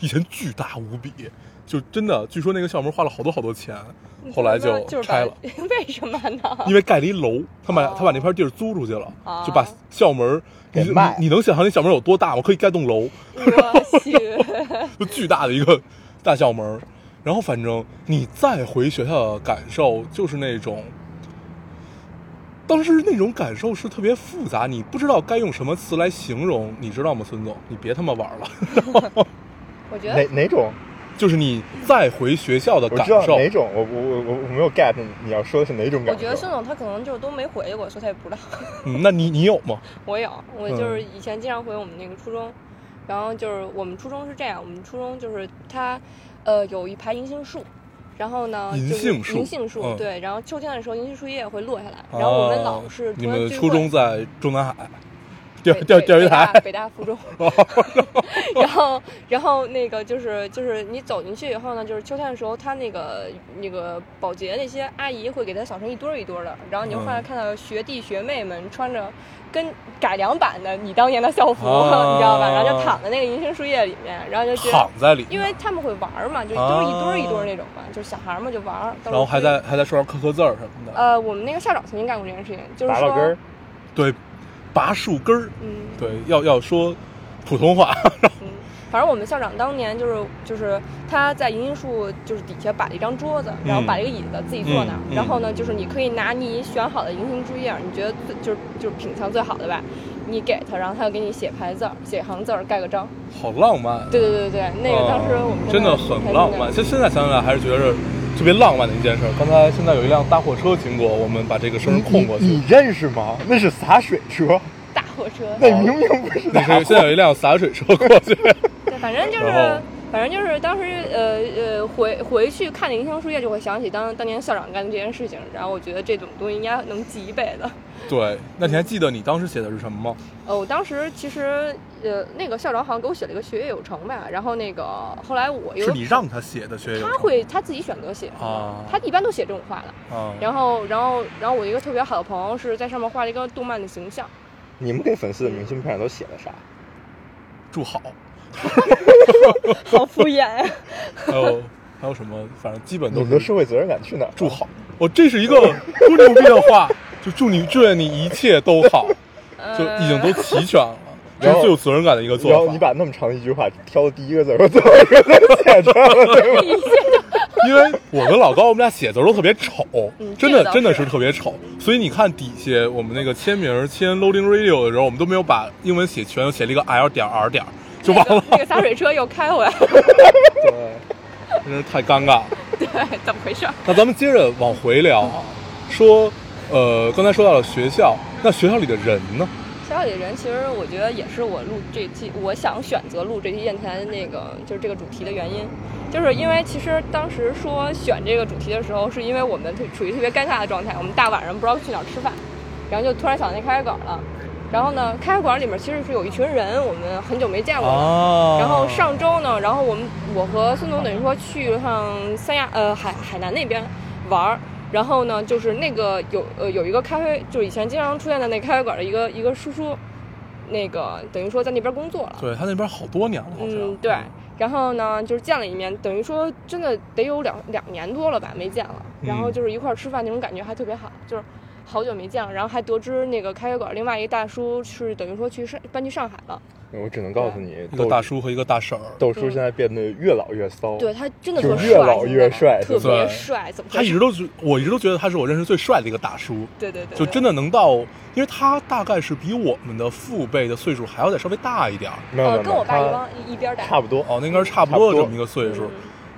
[SPEAKER 2] 以前巨大无比，就真的据说那个校门花了好多好多钱，后来
[SPEAKER 3] 就
[SPEAKER 2] 拆了。。
[SPEAKER 3] 是把为什么呢？
[SPEAKER 2] 因为盖了一楼，他把、
[SPEAKER 3] 哦
[SPEAKER 2] 他把那片地儿租出去了，
[SPEAKER 3] 哦
[SPEAKER 2] 就把校门你
[SPEAKER 4] 给卖了
[SPEAKER 2] 你你能想象那校门有多大吗？可以盖栋楼。
[SPEAKER 3] 我去，
[SPEAKER 2] 就巨大的一个大校门儿。然后反正你再回学校的感受就是那种，当时那种感受是特别复杂，你不知道该用什么词来形容，你知道吗，孙总？你别他妈玩了，
[SPEAKER 3] 我觉
[SPEAKER 4] 哪
[SPEAKER 3] 得
[SPEAKER 4] 哪种？
[SPEAKER 2] 就是你再回学校的
[SPEAKER 4] 我
[SPEAKER 2] 呃感
[SPEAKER 4] 知道
[SPEAKER 2] 受，
[SPEAKER 4] 哪种，我我我我我没有 get 你要说的是哪种
[SPEAKER 3] 我
[SPEAKER 4] 感受。
[SPEAKER 3] 觉得孙总他可能就是都没回过，所以他也不知道。
[SPEAKER 2] 嗯，那你你有吗？
[SPEAKER 3] 我有，我
[SPEAKER 2] 嗯
[SPEAKER 3] 就是以前经常回我们那个初中，然后就是我们初中是这样，我们初中就是它，呃，有一排银杏树。然后呢，
[SPEAKER 2] 银
[SPEAKER 3] 就是
[SPEAKER 2] 杏树
[SPEAKER 3] 银杏树、
[SPEAKER 2] 嗯
[SPEAKER 3] 对，然后秋天的时候，银杏树叶也会落下来。然后我们老是
[SPEAKER 2] 啊你
[SPEAKER 3] 同学
[SPEAKER 2] 们
[SPEAKER 3] 聚
[SPEAKER 2] 初
[SPEAKER 3] 会
[SPEAKER 2] 中在中南海钓
[SPEAKER 3] 对
[SPEAKER 2] 钓
[SPEAKER 3] 对
[SPEAKER 2] 钓鱼
[SPEAKER 3] 北大
[SPEAKER 2] 台，
[SPEAKER 3] 北大附中。 然后，然后那个就是就是你走进去以后呢，就是秋天的时候，他那个那个保洁那些阿姨会给它扫成一堆儿一堆儿的，然后你就
[SPEAKER 2] 嗯
[SPEAKER 3] 会看到学弟学妹们穿着跟改良版的你当年的校服，
[SPEAKER 2] 啊
[SPEAKER 3] 你知道吧？然后就躺在那个银杏树叶里面，然后就觉
[SPEAKER 2] 躺
[SPEAKER 3] 得。
[SPEAKER 2] 在里面，
[SPEAKER 3] 因为他们会玩儿嘛，就都是一堆儿一堆儿那种嘛，就是小孩儿嘛就玩儿。到时候
[SPEAKER 2] 然后还
[SPEAKER 3] 追
[SPEAKER 2] 在还在树上刻刻字儿什么的，
[SPEAKER 3] 呃，我们那个校长曾经干过这件事情，就是
[SPEAKER 4] 拔到
[SPEAKER 3] 说，
[SPEAKER 4] 根儿，
[SPEAKER 2] 对，拔树根儿，
[SPEAKER 3] 嗯，
[SPEAKER 2] 对，要要说普通话，
[SPEAKER 3] 嗯，反正我们校长当年就是就是他在银杏树就是底下摆了一张桌子，然后
[SPEAKER 2] 嗯
[SPEAKER 3] 摆了一个椅子自己坐那儿，
[SPEAKER 2] 嗯嗯
[SPEAKER 3] 然后呢就是你可以拿你选好的银杏树叶儿，你觉得最就是就是品相最好的吧，你给他，然后他就给你写排字儿，写行字儿，盖个章。
[SPEAKER 2] 好浪漫啊、
[SPEAKER 3] 对对对对对，那个当时我们
[SPEAKER 2] 呃真的很浪漫，。就现在想起来还是觉得特别浪漫的一件事儿。刚才现在有一辆大货车经过，我们把这个声儿控过
[SPEAKER 4] 你
[SPEAKER 2] 去
[SPEAKER 4] 你。认识吗？那是洒水车，
[SPEAKER 3] 大火车，
[SPEAKER 4] 那明明不是
[SPEAKER 2] 哦那
[SPEAKER 4] 洒
[SPEAKER 2] 是现在有一辆洒水车过 去，
[SPEAKER 3] 对，反正就
[SPEAKER 2] 然后
[SPEAKER 3] 是，反正就是当时呃呃回回去看银杏树叶，就会想起当当年校长干的这件事情，然后我觉得这种东西应该能记一辈子。
[SPEAKER 2] 对，那你还记得你当时写的是什么吗？
[SPEAKER 3] 呃，我当时其实呃，那个校长好像给我写了一个学业有成吧，然后那个后来我又
[SPEAKER 2] 是你让他写的学业有成
[SPEAKER 3] 他会他自己选择写，
[SPEAKER 2] 啊
[SPEAKER 3] 他一般都写这种话的。
[SPEAKER 2] 啊，
[SPEAKER 3] 然后，然后，然后我一个特别好的朋友是在上面画了一个动漫的形象，
[SPEAKER 4] 你们给粉丝的明信片上都写了啥？
[SPEAKER 2] 祝好，
[SPEAKER 3] 好敷 衍。
[SPEAKER 2] 还有还有什么，反正基本
[SPEAKER 4] 你
[SPEAKER 2] 都
[SPEAKER 4] 们的
[SPEAKER 2] 是
[SPEAKER 4] 社会责任感去哪儿了？
[SPEAKER 2] 祝好。哦，这是一个多 牛
[SPEAKER 3] 呃
[SPEAKER 2] 逼的话，就祝你祝愿你一切都好，就已经都齐全了。这
[SPEAKER 4] 然
[SPEAKER 2] 是
[SPEAKER 4] 后
[SPEAKER 2] 最有责任感的一个做
[SPEAKER 4] 然后
[SPEAKER 2] 法。
[SPEAKER 4] 你把那么长的一句话挑的第一个字儿和最后一个字儿写出来了，对吧？
[SPEAKER 2] 因为我跟老高，我们俩写字儿都特别丑，
[SPEAKER 3] 嗯
[SPEAKER 2] 真
[SPEAKER 3] 这
[SPEAKER 2] 的
[SPEAKER 3] 个倒是
[SPEAKER 2] 真的是特别丑。所以你看底下我们那个签名儿签 Loading Radio 的时候，我们都没有把英文写全，写了一个 L 点 R 点儿就完了，
[SPEAKER 3] 那个洒水车又开回来了，
[SPEAKER 2] 真是太尴尬了。
[SPEAKER 3] 对，怎么回事儿？
[SPEAKER 2] 那咱们接着往回聊啊，说，呃，刚才说到了学校，那学校里的人呢？
[SPEAKER 3] 学校里人其实我觉得也是我录这期，我想选择录这期电台那个就是这个主题的原因，就是因为其实当时说选这个主题的时候，是因为我们特处于特别尴尬的状态，我们大晚上不知道去哪儿吃饭，然后就突然想那咖啡馆了，然后呢，咖啡馆里面其实是有一群人，我们很久没见过了。
[SPEAKER 2] 啊
[SPEAKER 3] 然后上周呢，然后我们我和孙总等于说去了趟三亚呃海海南那边玩儿，然后呢就是那个有呃有一个咖啡，就是以前经常出现的那咖啡馆的一个一个叔叔，那个等于说在那边工作了，
[SPEAKER 2] 对他那边好多年了，好像。
[SPEAKER 3] 嗯对，然后呢就是见了一面，等于说真的得有两两年多了吧没见了，然后
[SPEAKER 2] 嗯
[SPEAKER 3] 就是一块儿吃饭那种感觉还特别好，就是。好久没见了，然后还得知那个咖啡馆另外一个大叔是等于说去上搬去上海了，
[SPEAKER 4] 我只能告诉你，
[SPEAKER 2] 一个
[SPEAKER 4] 豆
[SPEAKER 2] 大叔和一个大婶儿，
[SPEAKER 4] 豆叔现在变得越老越骚，
[SPEAKER 3] 对，他真的
[SPEAKER 4] 哦就
[SPEAKER 3] 特
[SPEAKER 4] 越老
[SPEAKER 3] 现
[SPEAKER 4] 越
[SPEAKER 3] 在
[SPEAKER 4] 帅
[SPEAKER 3] 特
[SPEAKER 2] 对
[SPEAKER 3] 别帅，怎么
[SPEAKER 2] 他
[SPEAKER 3] 回
[SPEAKER 2] 一
[SPEAKER 3] 事
[SPEAKER 2] 直都是，我一直都觉得他是我认识最帅的一个大叔，
[SPEAKER 3] 对对对，
[SPEAKER 2] 就真
[SPEAKER 3] 的
[SPEAKER 2] 的能到，因为他大概是比我们的父辈的岁数还要再稍微大一点儿，
[SPEAKER 4] 没有没
[SPEAKER 3] 呃
[SPEAKER 4] 有，
[SPEAKER 3] 跟我爸一
[SPEAKER 4] 他
[SPEAKER 3] 帮一一边儿大，
[SPEAKER 4] 差不多，
[SPEAKER 2] 哦，那应该是差不
[SPEAKER 4] 差不
[SPEAKER 2] 多
[SPEAKER 4] 多
[SPEAKER 2] 这么一个岁数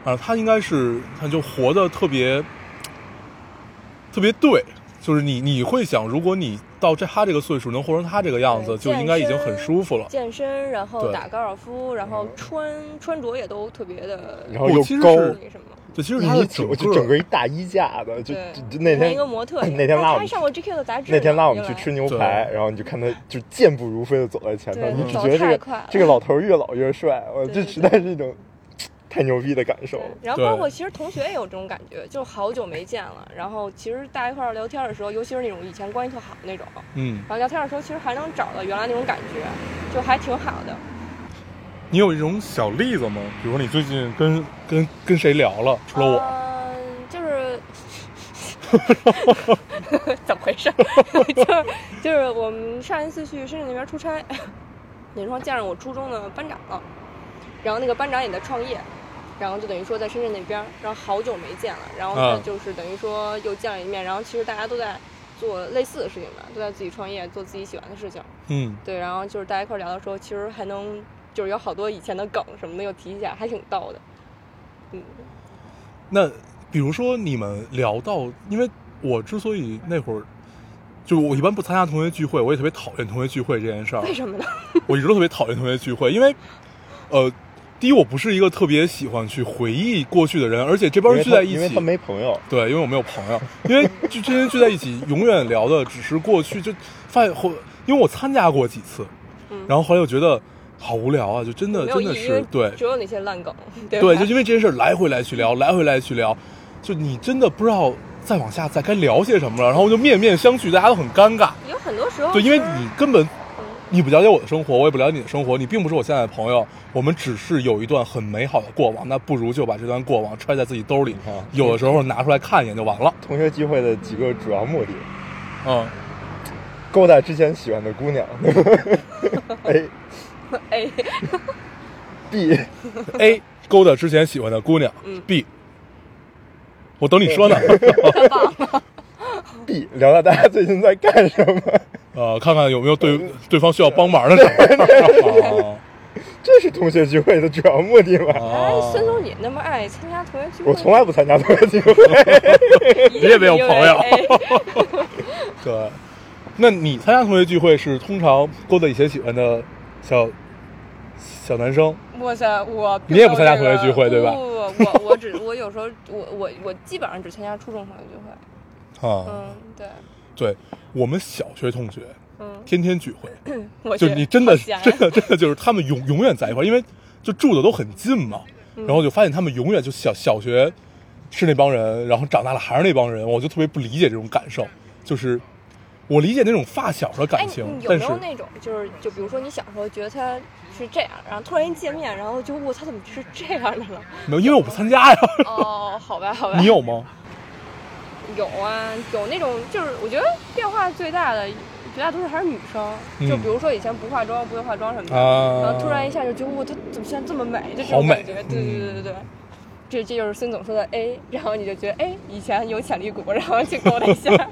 [SPEAKER 3] 嗯，
[SPEAKER 2] 啊，他应该是他就活得特别特别对，就是你你会想，如果你到这他这个岁数能活成他这个样子，
[SPEAKER 3] 对
[SPEAKER 2] 就应该已经很舒服了。
[SPEAKER 3] 健身，然后
[SPEAKER 2] 对
[SPEAKER 3] 打高尔夫，然后穿穿着也都特别的
[SPEAKER 4] 嗯然后
[SPEAKER 2] 我
[SPEAKER 4] 又
[SPEAKER 2] 其实
[SPEAKER 4] 高，
[SPEAKER 2] 是
[SPEAKER 3] 那什么。
[SPEAKER 2] 对，其实他
[SPEAKER 4] 一
[SPEAKER 2] 的
[SPEAKER 4] 米九，就
[SPEAKER 2] 个
[SPEAKER 4] 整个一大衣架子，就
[SPEAKER 3] 对
[SPEAKER 4] 就就那
[SPEAKER 3] 像一
[SPEAKER 4] 天
[SPEAKER 3] 个模特一样，
[SPEAKER 4] 那天拉
[SPEAKER 3] 哦他还
[SPEAKER 4] 我们去
[SPEAKER 3] 上过 GQ 的杂志呢，
[SPEAKER 4] 那天拉我们
[SPEAKER 3] 原
[SPEAKER 4] 去
[SPEAKER 3] 来
[SPEAKER 4] 吃牛排，然后你就看他就健步如飞的走在前头，
[SPEAKER 3] 对
[SPEAKER 4] 你只
[SPEAKER 3] 走
[SPEAKER 4] 觉得这
[SPEAKER 3] 太快
[SPEAKER 4] 个
[SPEAKER 3] 了
[SPEAKER 4] 这个老头儿越老越帅，我
[SPEAKER 3] 对
[SPEAKER 4] 这
[SPEAKER 3] 对
[SPEAKER 4] 实
[SPEAKER 3] 对
[SPEAKER 4] 在是一种太牛逼的感受
[SPEAKER 3] 对。然后包括其实同学也有这种感觉，就好久没见了。然后其实大家一块儿聊天的时候，尤其是那种以前关系特好的那种，
[SPEAKER 2] 嗯，
[SPEAKER 3] 然后聊天的时候其实还能找到原来那种感觉，就还挺好的。
[SPEAKER 2] 你有一种小例子吗？比如说你最近跟跟跟谁聊了？除了我，
[SPEAKER 3] 嗯，就是。 怎么回 事？就是就是我们上一次去深圳那边出差，等于说见着我初中的班长了，然后那个班长也在创业，然后就等于说在深圳那边，然后好久没见了，然后他
[SPEAKER 2] 嗯
[SPEAKER 3] 就是等于说又见了一面，然后其实大家都在做类似的事情吧，都在自己创业，做自己喜欢的事情，
[SPEAKER 2] 嗯，
[SPEAKER 3] 对，然后就是大家一块儿聊的时候，其实还能就是有好多以前的梗什么的又提一下，还挺逗的，嗯。
[SPEAKER 2] 那比如说你们聊到，因为我之所以那会儿，就我一般不参加同学聚会，我也特别讨厌同学聚会这件事儿。
[SPEAKER 3] 为什么呢？
[SPEAKER 2] 我一直都特别讨厌同学聚会，因为，呃，第一我不是一个特别喜欢去回忆过去的人，而且这帮
[SPEAKER 4] 因
[SPEAKER 2] 人
[SPEAKER 4] 为
[SPEAKER 2] 聚
[SPEAKER 4] 他
[SPEAKER 2] 在一
[SPEAKER 4] 因为
[SPEAKER 2] 起
[SPEAKER 4] 他，没朋友，
[SPEAKER 2] 对，因为我没有朋友， 因为就这些人聚在一起，永远聊的只是过去，就发现后，因为我参加过几次，
[SPEAKER 3] 嗯
[SPEAKER 2] 然后后来又觉得好无聊啊，就真的
[SPEAKER 3] 没有
[SPEAKER 2] 真
[SPEAKER 3] 意
[SPEAKER 2] 的
[SPEAKER 3] 义，因为
[SPEAKER 2] 是对
[SPEAKER 3] 只有那些烂梗，对
[SPEAKER 2] 对，
[SPEAKER 3] 对，
[SPEAKER 2] 就因为这件事儿来回来去聊，来回来去聊，就你真的不知道再往下再该聊些什么了，然后就面面相觑，大家都很尴尬。
[SPEAKER 3] 有很多时候
[SPEAKER 2] 对，因为
[SPEAKER 3] 是
[SPEAKER 2] 你根本你不了解我的生活，我也不了解你的生活，你并不是我现在的朋友，我们只是有一段很美好的过往，那不如就把这段过往揣在自己兜里
[SPEAKER 4] 嗯，
[SPEAKER 2] 有的时候拿出来看一眼就完了。
[SPEAKER 4] 同学聚会的几个主要目的，
[SPEAKER 2] 嗯，
[SPEAKER 4] 勾搭之前喜欢的姑娘 ，A
[SPEAKER 3] 哎，
[SPEAKER 4] B，
[SPEAKER 2] A 勾搭之前喜欢的姑娘、
[SPEAKER 3] 嗯
[SPEAKER 2] b 我等你说呢，
[SPEAKER 4] B 聊聊大家最近在干什么，
[SPEAKER 2] 呃，看看有没有对对方需要帮忙的哦地 方。
[SPEAKER 4] 这是同学聚会的主要目的
[SPEAKER 2] 啊
[SPEAKER 4] 吗？
[SPEAKER 3] 哎，
[SPEAKER 2] 啊
[SPEAKER 3] 孙总你那么爱参加同学聚会，
[SPEAKER 4] 我从来不参加同学聚会，
[SPEAKER 3] 你
[SPEAKER 2] 你也没有朋友
[SPEAKER 3] 哎、
[SPEAKER 2] 对，那你参加同学聚会是通常勾搭以前喜欢的小小男生？
[SPEAKER 3] 哇塞，我并
[SPEAKER 2] 你也不
[SPEAKER 3] 没
[SPEAKER 2] 参
[SPEAKER 3] 有
[SPEAKER 2] 加
[SPEAKER 3] 这个
[SPEAKER 2] 同学聚会对吧
[SPEAKER 3] 不不不，我我只我有时候我我我基本上只参加初中同学聚会，
[SPEAKER 2] 啊，
[SPEAKER 3] 嗯，对，
[SPEAKER 2] 对我们小学同学
[SPEAKER 3] 嗯，
[SPEAKER 2] 天天聚会，
[SPEAKER 3] 我
[SPEAKER 2] 就
[SPEAKER 3] 觉得
[SPEAKER 2] 你真的
[SPEAKER 3] 好
[SPEAKER 2] 是
[SPEAKER 3] 闲啊
[SPEAKER 2] 真的真的就是他们永永远在一块儿，因为就住的都很近嘛，然后就发现他们永远就小小学是那帮人，然后长大了还是那帮人，我就特别不理解这种感受，就是我理解那种发小的
[SPEAKER 3] 哎，
[SPEAKER 2] 感
[SPEAKER 3] 你
[SPEAKER 2] 情，
[SPEAKER 3] 有
[SPEAKER 2] 但
[SPEAKER 3] 没
[SPEAKER 2] 是
[SPEAKER 3] 有那种就是就比如说你小时候觉得他是这样，然后突然一见面，然后就我他怎么是这样的了？
[SPEAKER 2] 没有，因为我不参加呀，
[SPEAKER 3] 哦，好吧，好吧，
[SPEAKER 2] 你有吗？
[SPEAKER 3] 有啊，有那种就是我觉得变化最大的绝大多数还是女生，
[SPEAKER 2] 嗯
[SPEAKER 3] 就比如说以前不化妆、不会化妆什么的，
[SPEAKER 2] 啊，
[SPEAKER 3] 然后突然一下就觉得，哇，她怎么现在这么美？就这
[SPEAKER 2] 好
[SPEAKER 3] 种
[SPEAKER 2] 美
[SPEAKER 3] 感觉，对对对对
[SPEAKER 2] 嗯
[SPEAKER 3] 对。这这就是孙总说的 A，然后你就觉得哎，以前有潜力股，然后去勾搭 一下，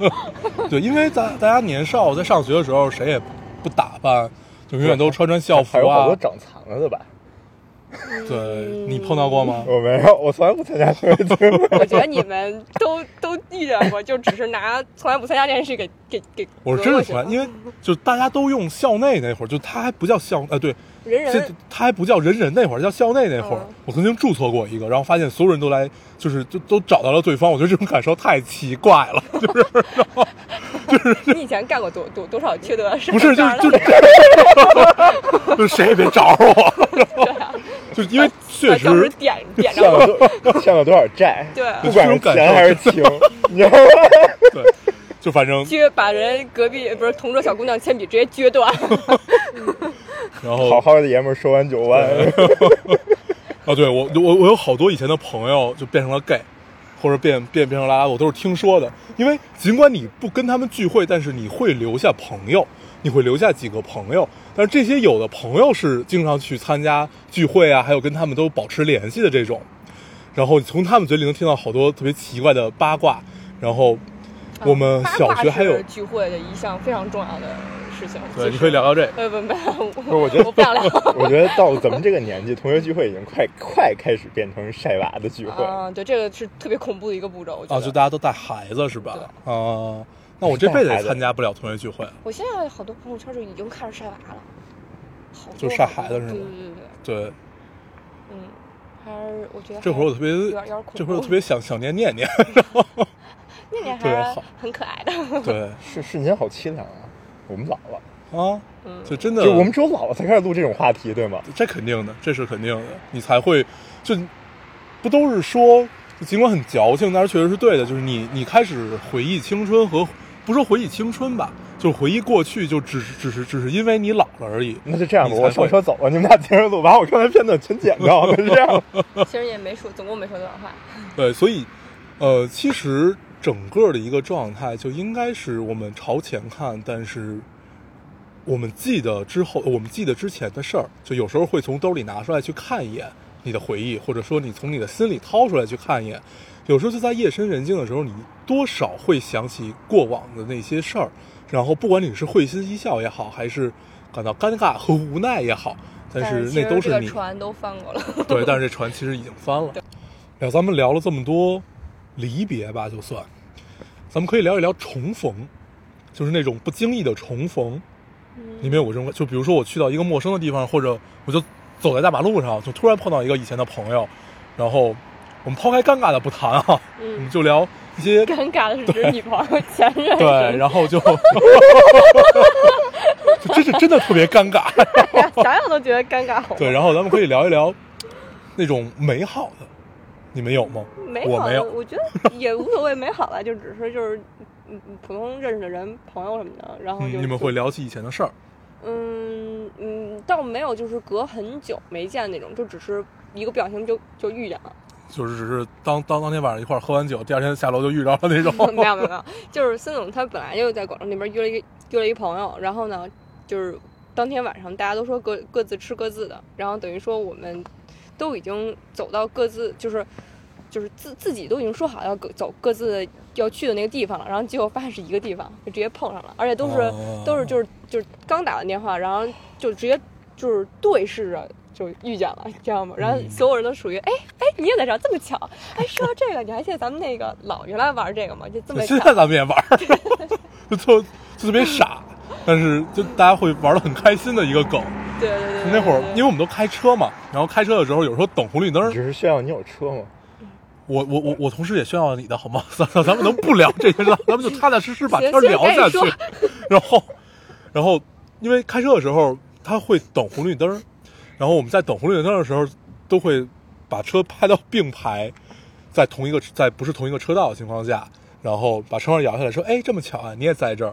[SPEAKER 2] 对，因为咱大家年少在上学的时候，谁也不打扮，就永远都穿穿校服
[SPEAKER 4] 还有好
[SPEAKER 2] 啊
[SPEAKER 4] 多。长残了的吧？
[SPEAKER 2] 对你碰到过吗？
[SPEAKER 4] 我没有，我从来不参加婚礼聚会。
[SPEAKER 3] 我觉得你们都都遇见过，就只是拿从来不参加这件事给给给
[SPEAKER 2] 我是
[SPEAKER 3] 隔
[SPEAKER 2] 真
[SPEAKER 3] 过
[SPEAKER 2] 的
[SPEAKER 3] 去
[SPEAKER 2] 喜
[SPEAKER 3] 了。
[SPEAKER 2] 欢，因为就大家都用校内那会儿，就它还不叫校，呃，对，
[SPEAKER 3] 人
[SPEAKER 2] 这
[SPEAKER 3] 人
[SPEAKER 2] 它还不叫人人那会儿，叫校内那会儿
[SPEAKER 3] 嗯。
[SPEAKER 2] 我曾经注册过一个，然后发现所有人都来，就是都都找到了对方，我觉得这种感受太奇怪了，就是
[SPEAKER 3] 你以前干过多多多少缺德的事儿？
[SPEAKER 2] 不是就是就是 就是谁也别找我， 然后就是因为确
[SPEAKER 3] 当时
[SPEAKER 2] 实
[SPEAKER 3] 点 点
[SPEAKER 4] 欠
[SPEAKER 3] 着
[SPEAKER 4] 了
[SPEAKER 3] 我，
[SPEAKER 4] 多欠了多少 债？
[SPEAKER 3] 对
[SPEAKER 4] 不管是钱还是 情，你知道吗？
[SPEAKER 2] 对，就反正
[SPEAKER 3] 撅把人隔壁不是同桌小姑娘铅笔直接撅断。
[SPEAKER 2] 然后
[SPEAKER 4] 好好的爷们儿说完九万，
[SPEAKER 2] 啊，对我我我有好多以前的朋友就变成了 gay，或者变变变成拉拉，我都是听说的。因为尽管你不跟他们聚会，但是你会留下朋友，你会留下几个朋友。但是这些有的朋友是经常去参加聚会啊，还有跟他们都保持联系的这种。然后你从他们嘴里能听到好多特别奇怪的八卦。然后 我们
[SPEAKER 3] 嗯八
[SPEAKER 2] 小
[SPEAKER 3] 卦
[SPEAKER 2] 学还
[SPEAKER 3] 是
[SPEAKER 2] 有、
[SPEAKER 3] 聚会的一项非常重要的事情。
[SPEAKER 2] 对，
[SPEAKER 3] 其
[SPEAKER 2] 你
[SPEAKER 3] 实
[SPEAKER 2] 可以聊。聊这个。
[SPEAKER 3] 呃不不不，
[SPEAKER 4] 我觉得
[SPEAKER 3] 我 不 想聊。
[SPEAKER 4] 我觉得到咱们这个年纪，同学聚会已经快快开始变成晒娃的聚会。
[SPEAKER 3] 啊，对，这个是特别恐怖的一个步骤。我觉
[SPEAKER 2] 啊，
[SPEAKER 3] 得
[SPEAKER 2] 就大家都带孩子是吧？啊，那我这辈子也参加不了同学聚会了。
[SPEAKER 3] 我现在好多朋友圈就已经开始晒娃了，好多
[SPEAKER 2] 就晒
[SPEAKER 3] 好多
[SPEAKER 2] 孩子是吗
[SPEAKER 3] 对对对对，
[SPEAKER 2] 对，
[SPEAKER 3] 嗯，还是我觉得
[SPEAKER 2] 这会儿我
[SPEAKER 3] 还
[SPEAKER 2] 特别
[SPEAKER 3] 有点有点恐，怖
[SPEAKER 2] 这会儿我特别想想念念 念。
[SPEAKER 3] 那年
[SPEAKER 2] 特别
[SPEAKER 3] 还
[SPEAKER 2] 好
[SPEAKER 3] 很 可爱的，
[SPEAKER 2] 对
[SPEAKER 4] 是瞬间好凄凉啊！我们老了，
[SPEAKER 2] 啊，
[SPEAKER 3] 嗯，
[SPEAKER 2] 就真的，
[SPEAKER 4] 就我们只有老了才开始录这种话题，对吗？
[SPEAKER 2] 这肯定的，这是肯定的，你才会就不都是说，尽管很矫情，但是确实是对的，就是你你开始回忆青春和不说回忆青春吧，就是回忆过去，就只是只是只是因为你老了而已。
[SPEAKER 4] 那就这样吧，
[SPEAKER 2] 你才
[SPEAKER 4] 我上车走了，你们俩接着录，把我刚才片段全剪 掉。那就这样，
[SPEAKER 3] 其实也没说，总共没说多少话。
[SPEAKER 2] 对，所以，呃，其实整个的一个状态就应该是我们朝前看，但是我们记得之后，我们记得之前的事儿，就有时候会从兜里拿出来去看一眼你的回忆，或者说你从你的心里掏出来去看一眼。有时候就在夜深人静的时候，你多少会想起过往的那些事儿，然后不管你是会心一笑也好，还是感到尴尬和无奈也好，但是
[SPEAKER 3] 其
[SPEAKER 2] 那
[SPEAKER 3] 实
[SPEAKER 2] 都
[SPEAKER 3] 这
[SPEAKER 2] 是
[SPEAKER 3] 个
[SPEAKER 2] 你
[SPEAKER 3] 船都翻过了，
[SPEAKER 2] 对，但是这船其实已经翻了。聊咱们聊了这么多离别吧，就算，咱们可以聊一聊重逢，就是那种不经意的重逢。
[SPEAKER 3] 嗯
[SPEAKER 2] 你没有过这种感？就比如说我去到一个陌生的地方，或者我就走在大马路上，就突然碰到一个以前的朋友，然后我们抛开尴尬的不谈啊，
[SPEAKER 3] 嗯
[SPEAKER 2] 我们就聊一些
[SPEAKER 3] 尴尬的是指女朋友、前任。
[SPEAKER 2] 对，然后就 就真是真的特别尴尬。
[SPEAKER 3] 后 想想都觉得尴尬。好吗
[SPEAKER 2] 对，，然后咱们可以聊一聊那种美好的，你们有吗？
[SPEAKER 3] 美
[SPEAKER 2] 我
[SPEAKER 3] 好
[SPEAKER 2] 没
[SPEAKER 3] 的，
[SPEAKER 2] 有。
[SPEAKER 3] 啊我觉得也无所谓美好吧，就只是就是嗯嗯普通认识的人、朋友什么的，然后就
[SPEAKER 2] 嗯，你们会聊起以前的事儿，
[SPEAKER 3] 嗯嗯，倒没有就是隔很久没见那种，就只是一个不小心就就遇见了。
[SPEAKER 2] 就是只是当当当天晚上一块儿喝完酒，第二天下楼就遇着了那种。
[SPEAKER 3] 没有没有没有，就是孙总他本来就在广州那边约了一个约了一朋友，然后呢，就是当天晚上大家都说各各自吃各自的，然后等于说我们都已经走到各自就是就是自自己都已经说好要各走各自要去的那个地方了，然后结果发现是一个地方，就直接碰上了，而且 都是、
[SPEAKER 2] 哦
[SPEAKER 3] 都是就是就是刚打完电话，然后就直接就是对视着。就遇见了，知道吗？然后
[SPEAKER 2] 嗯
[SPEAKER 3] 所有人都属于，哎哎，你也在这儿，这么巧！哎，说到这个，你还记得咱们那个老原来玩这个吗？就这么巧
[SPEAKER 2] 现，在咱们也玩儿，就特就特别傻，但是就大家会玩的很开心的一个梗。
[SPEAKER 3] 对对对对，
[SPEAKER 2] 那会儿
[SPEAKER 3] 对
[SPEAKER 2] 因为我们都开车嘛，然后开车的时候有时候等红绿灯儿
[SPEAKER 4] 只，是炫耀你有车吗？
[SPEAKER 2] 我我我我同事也炫耀你的好吗？ 咱咱咱们能不聊这些了？咱们就踏踏实实把天儿聊下去
[SPEAKER 3] 行行赶紧。
[SPEAKER 2] 然后，然后因为开车的时候他会等红绿灯儿，然后我们在等红绿灯的时候都会把车拍到并排，在同一个在不是同一个车道的情况下，然后把车窗摇下来说：“哎，这么巧啊，你也在这儿。”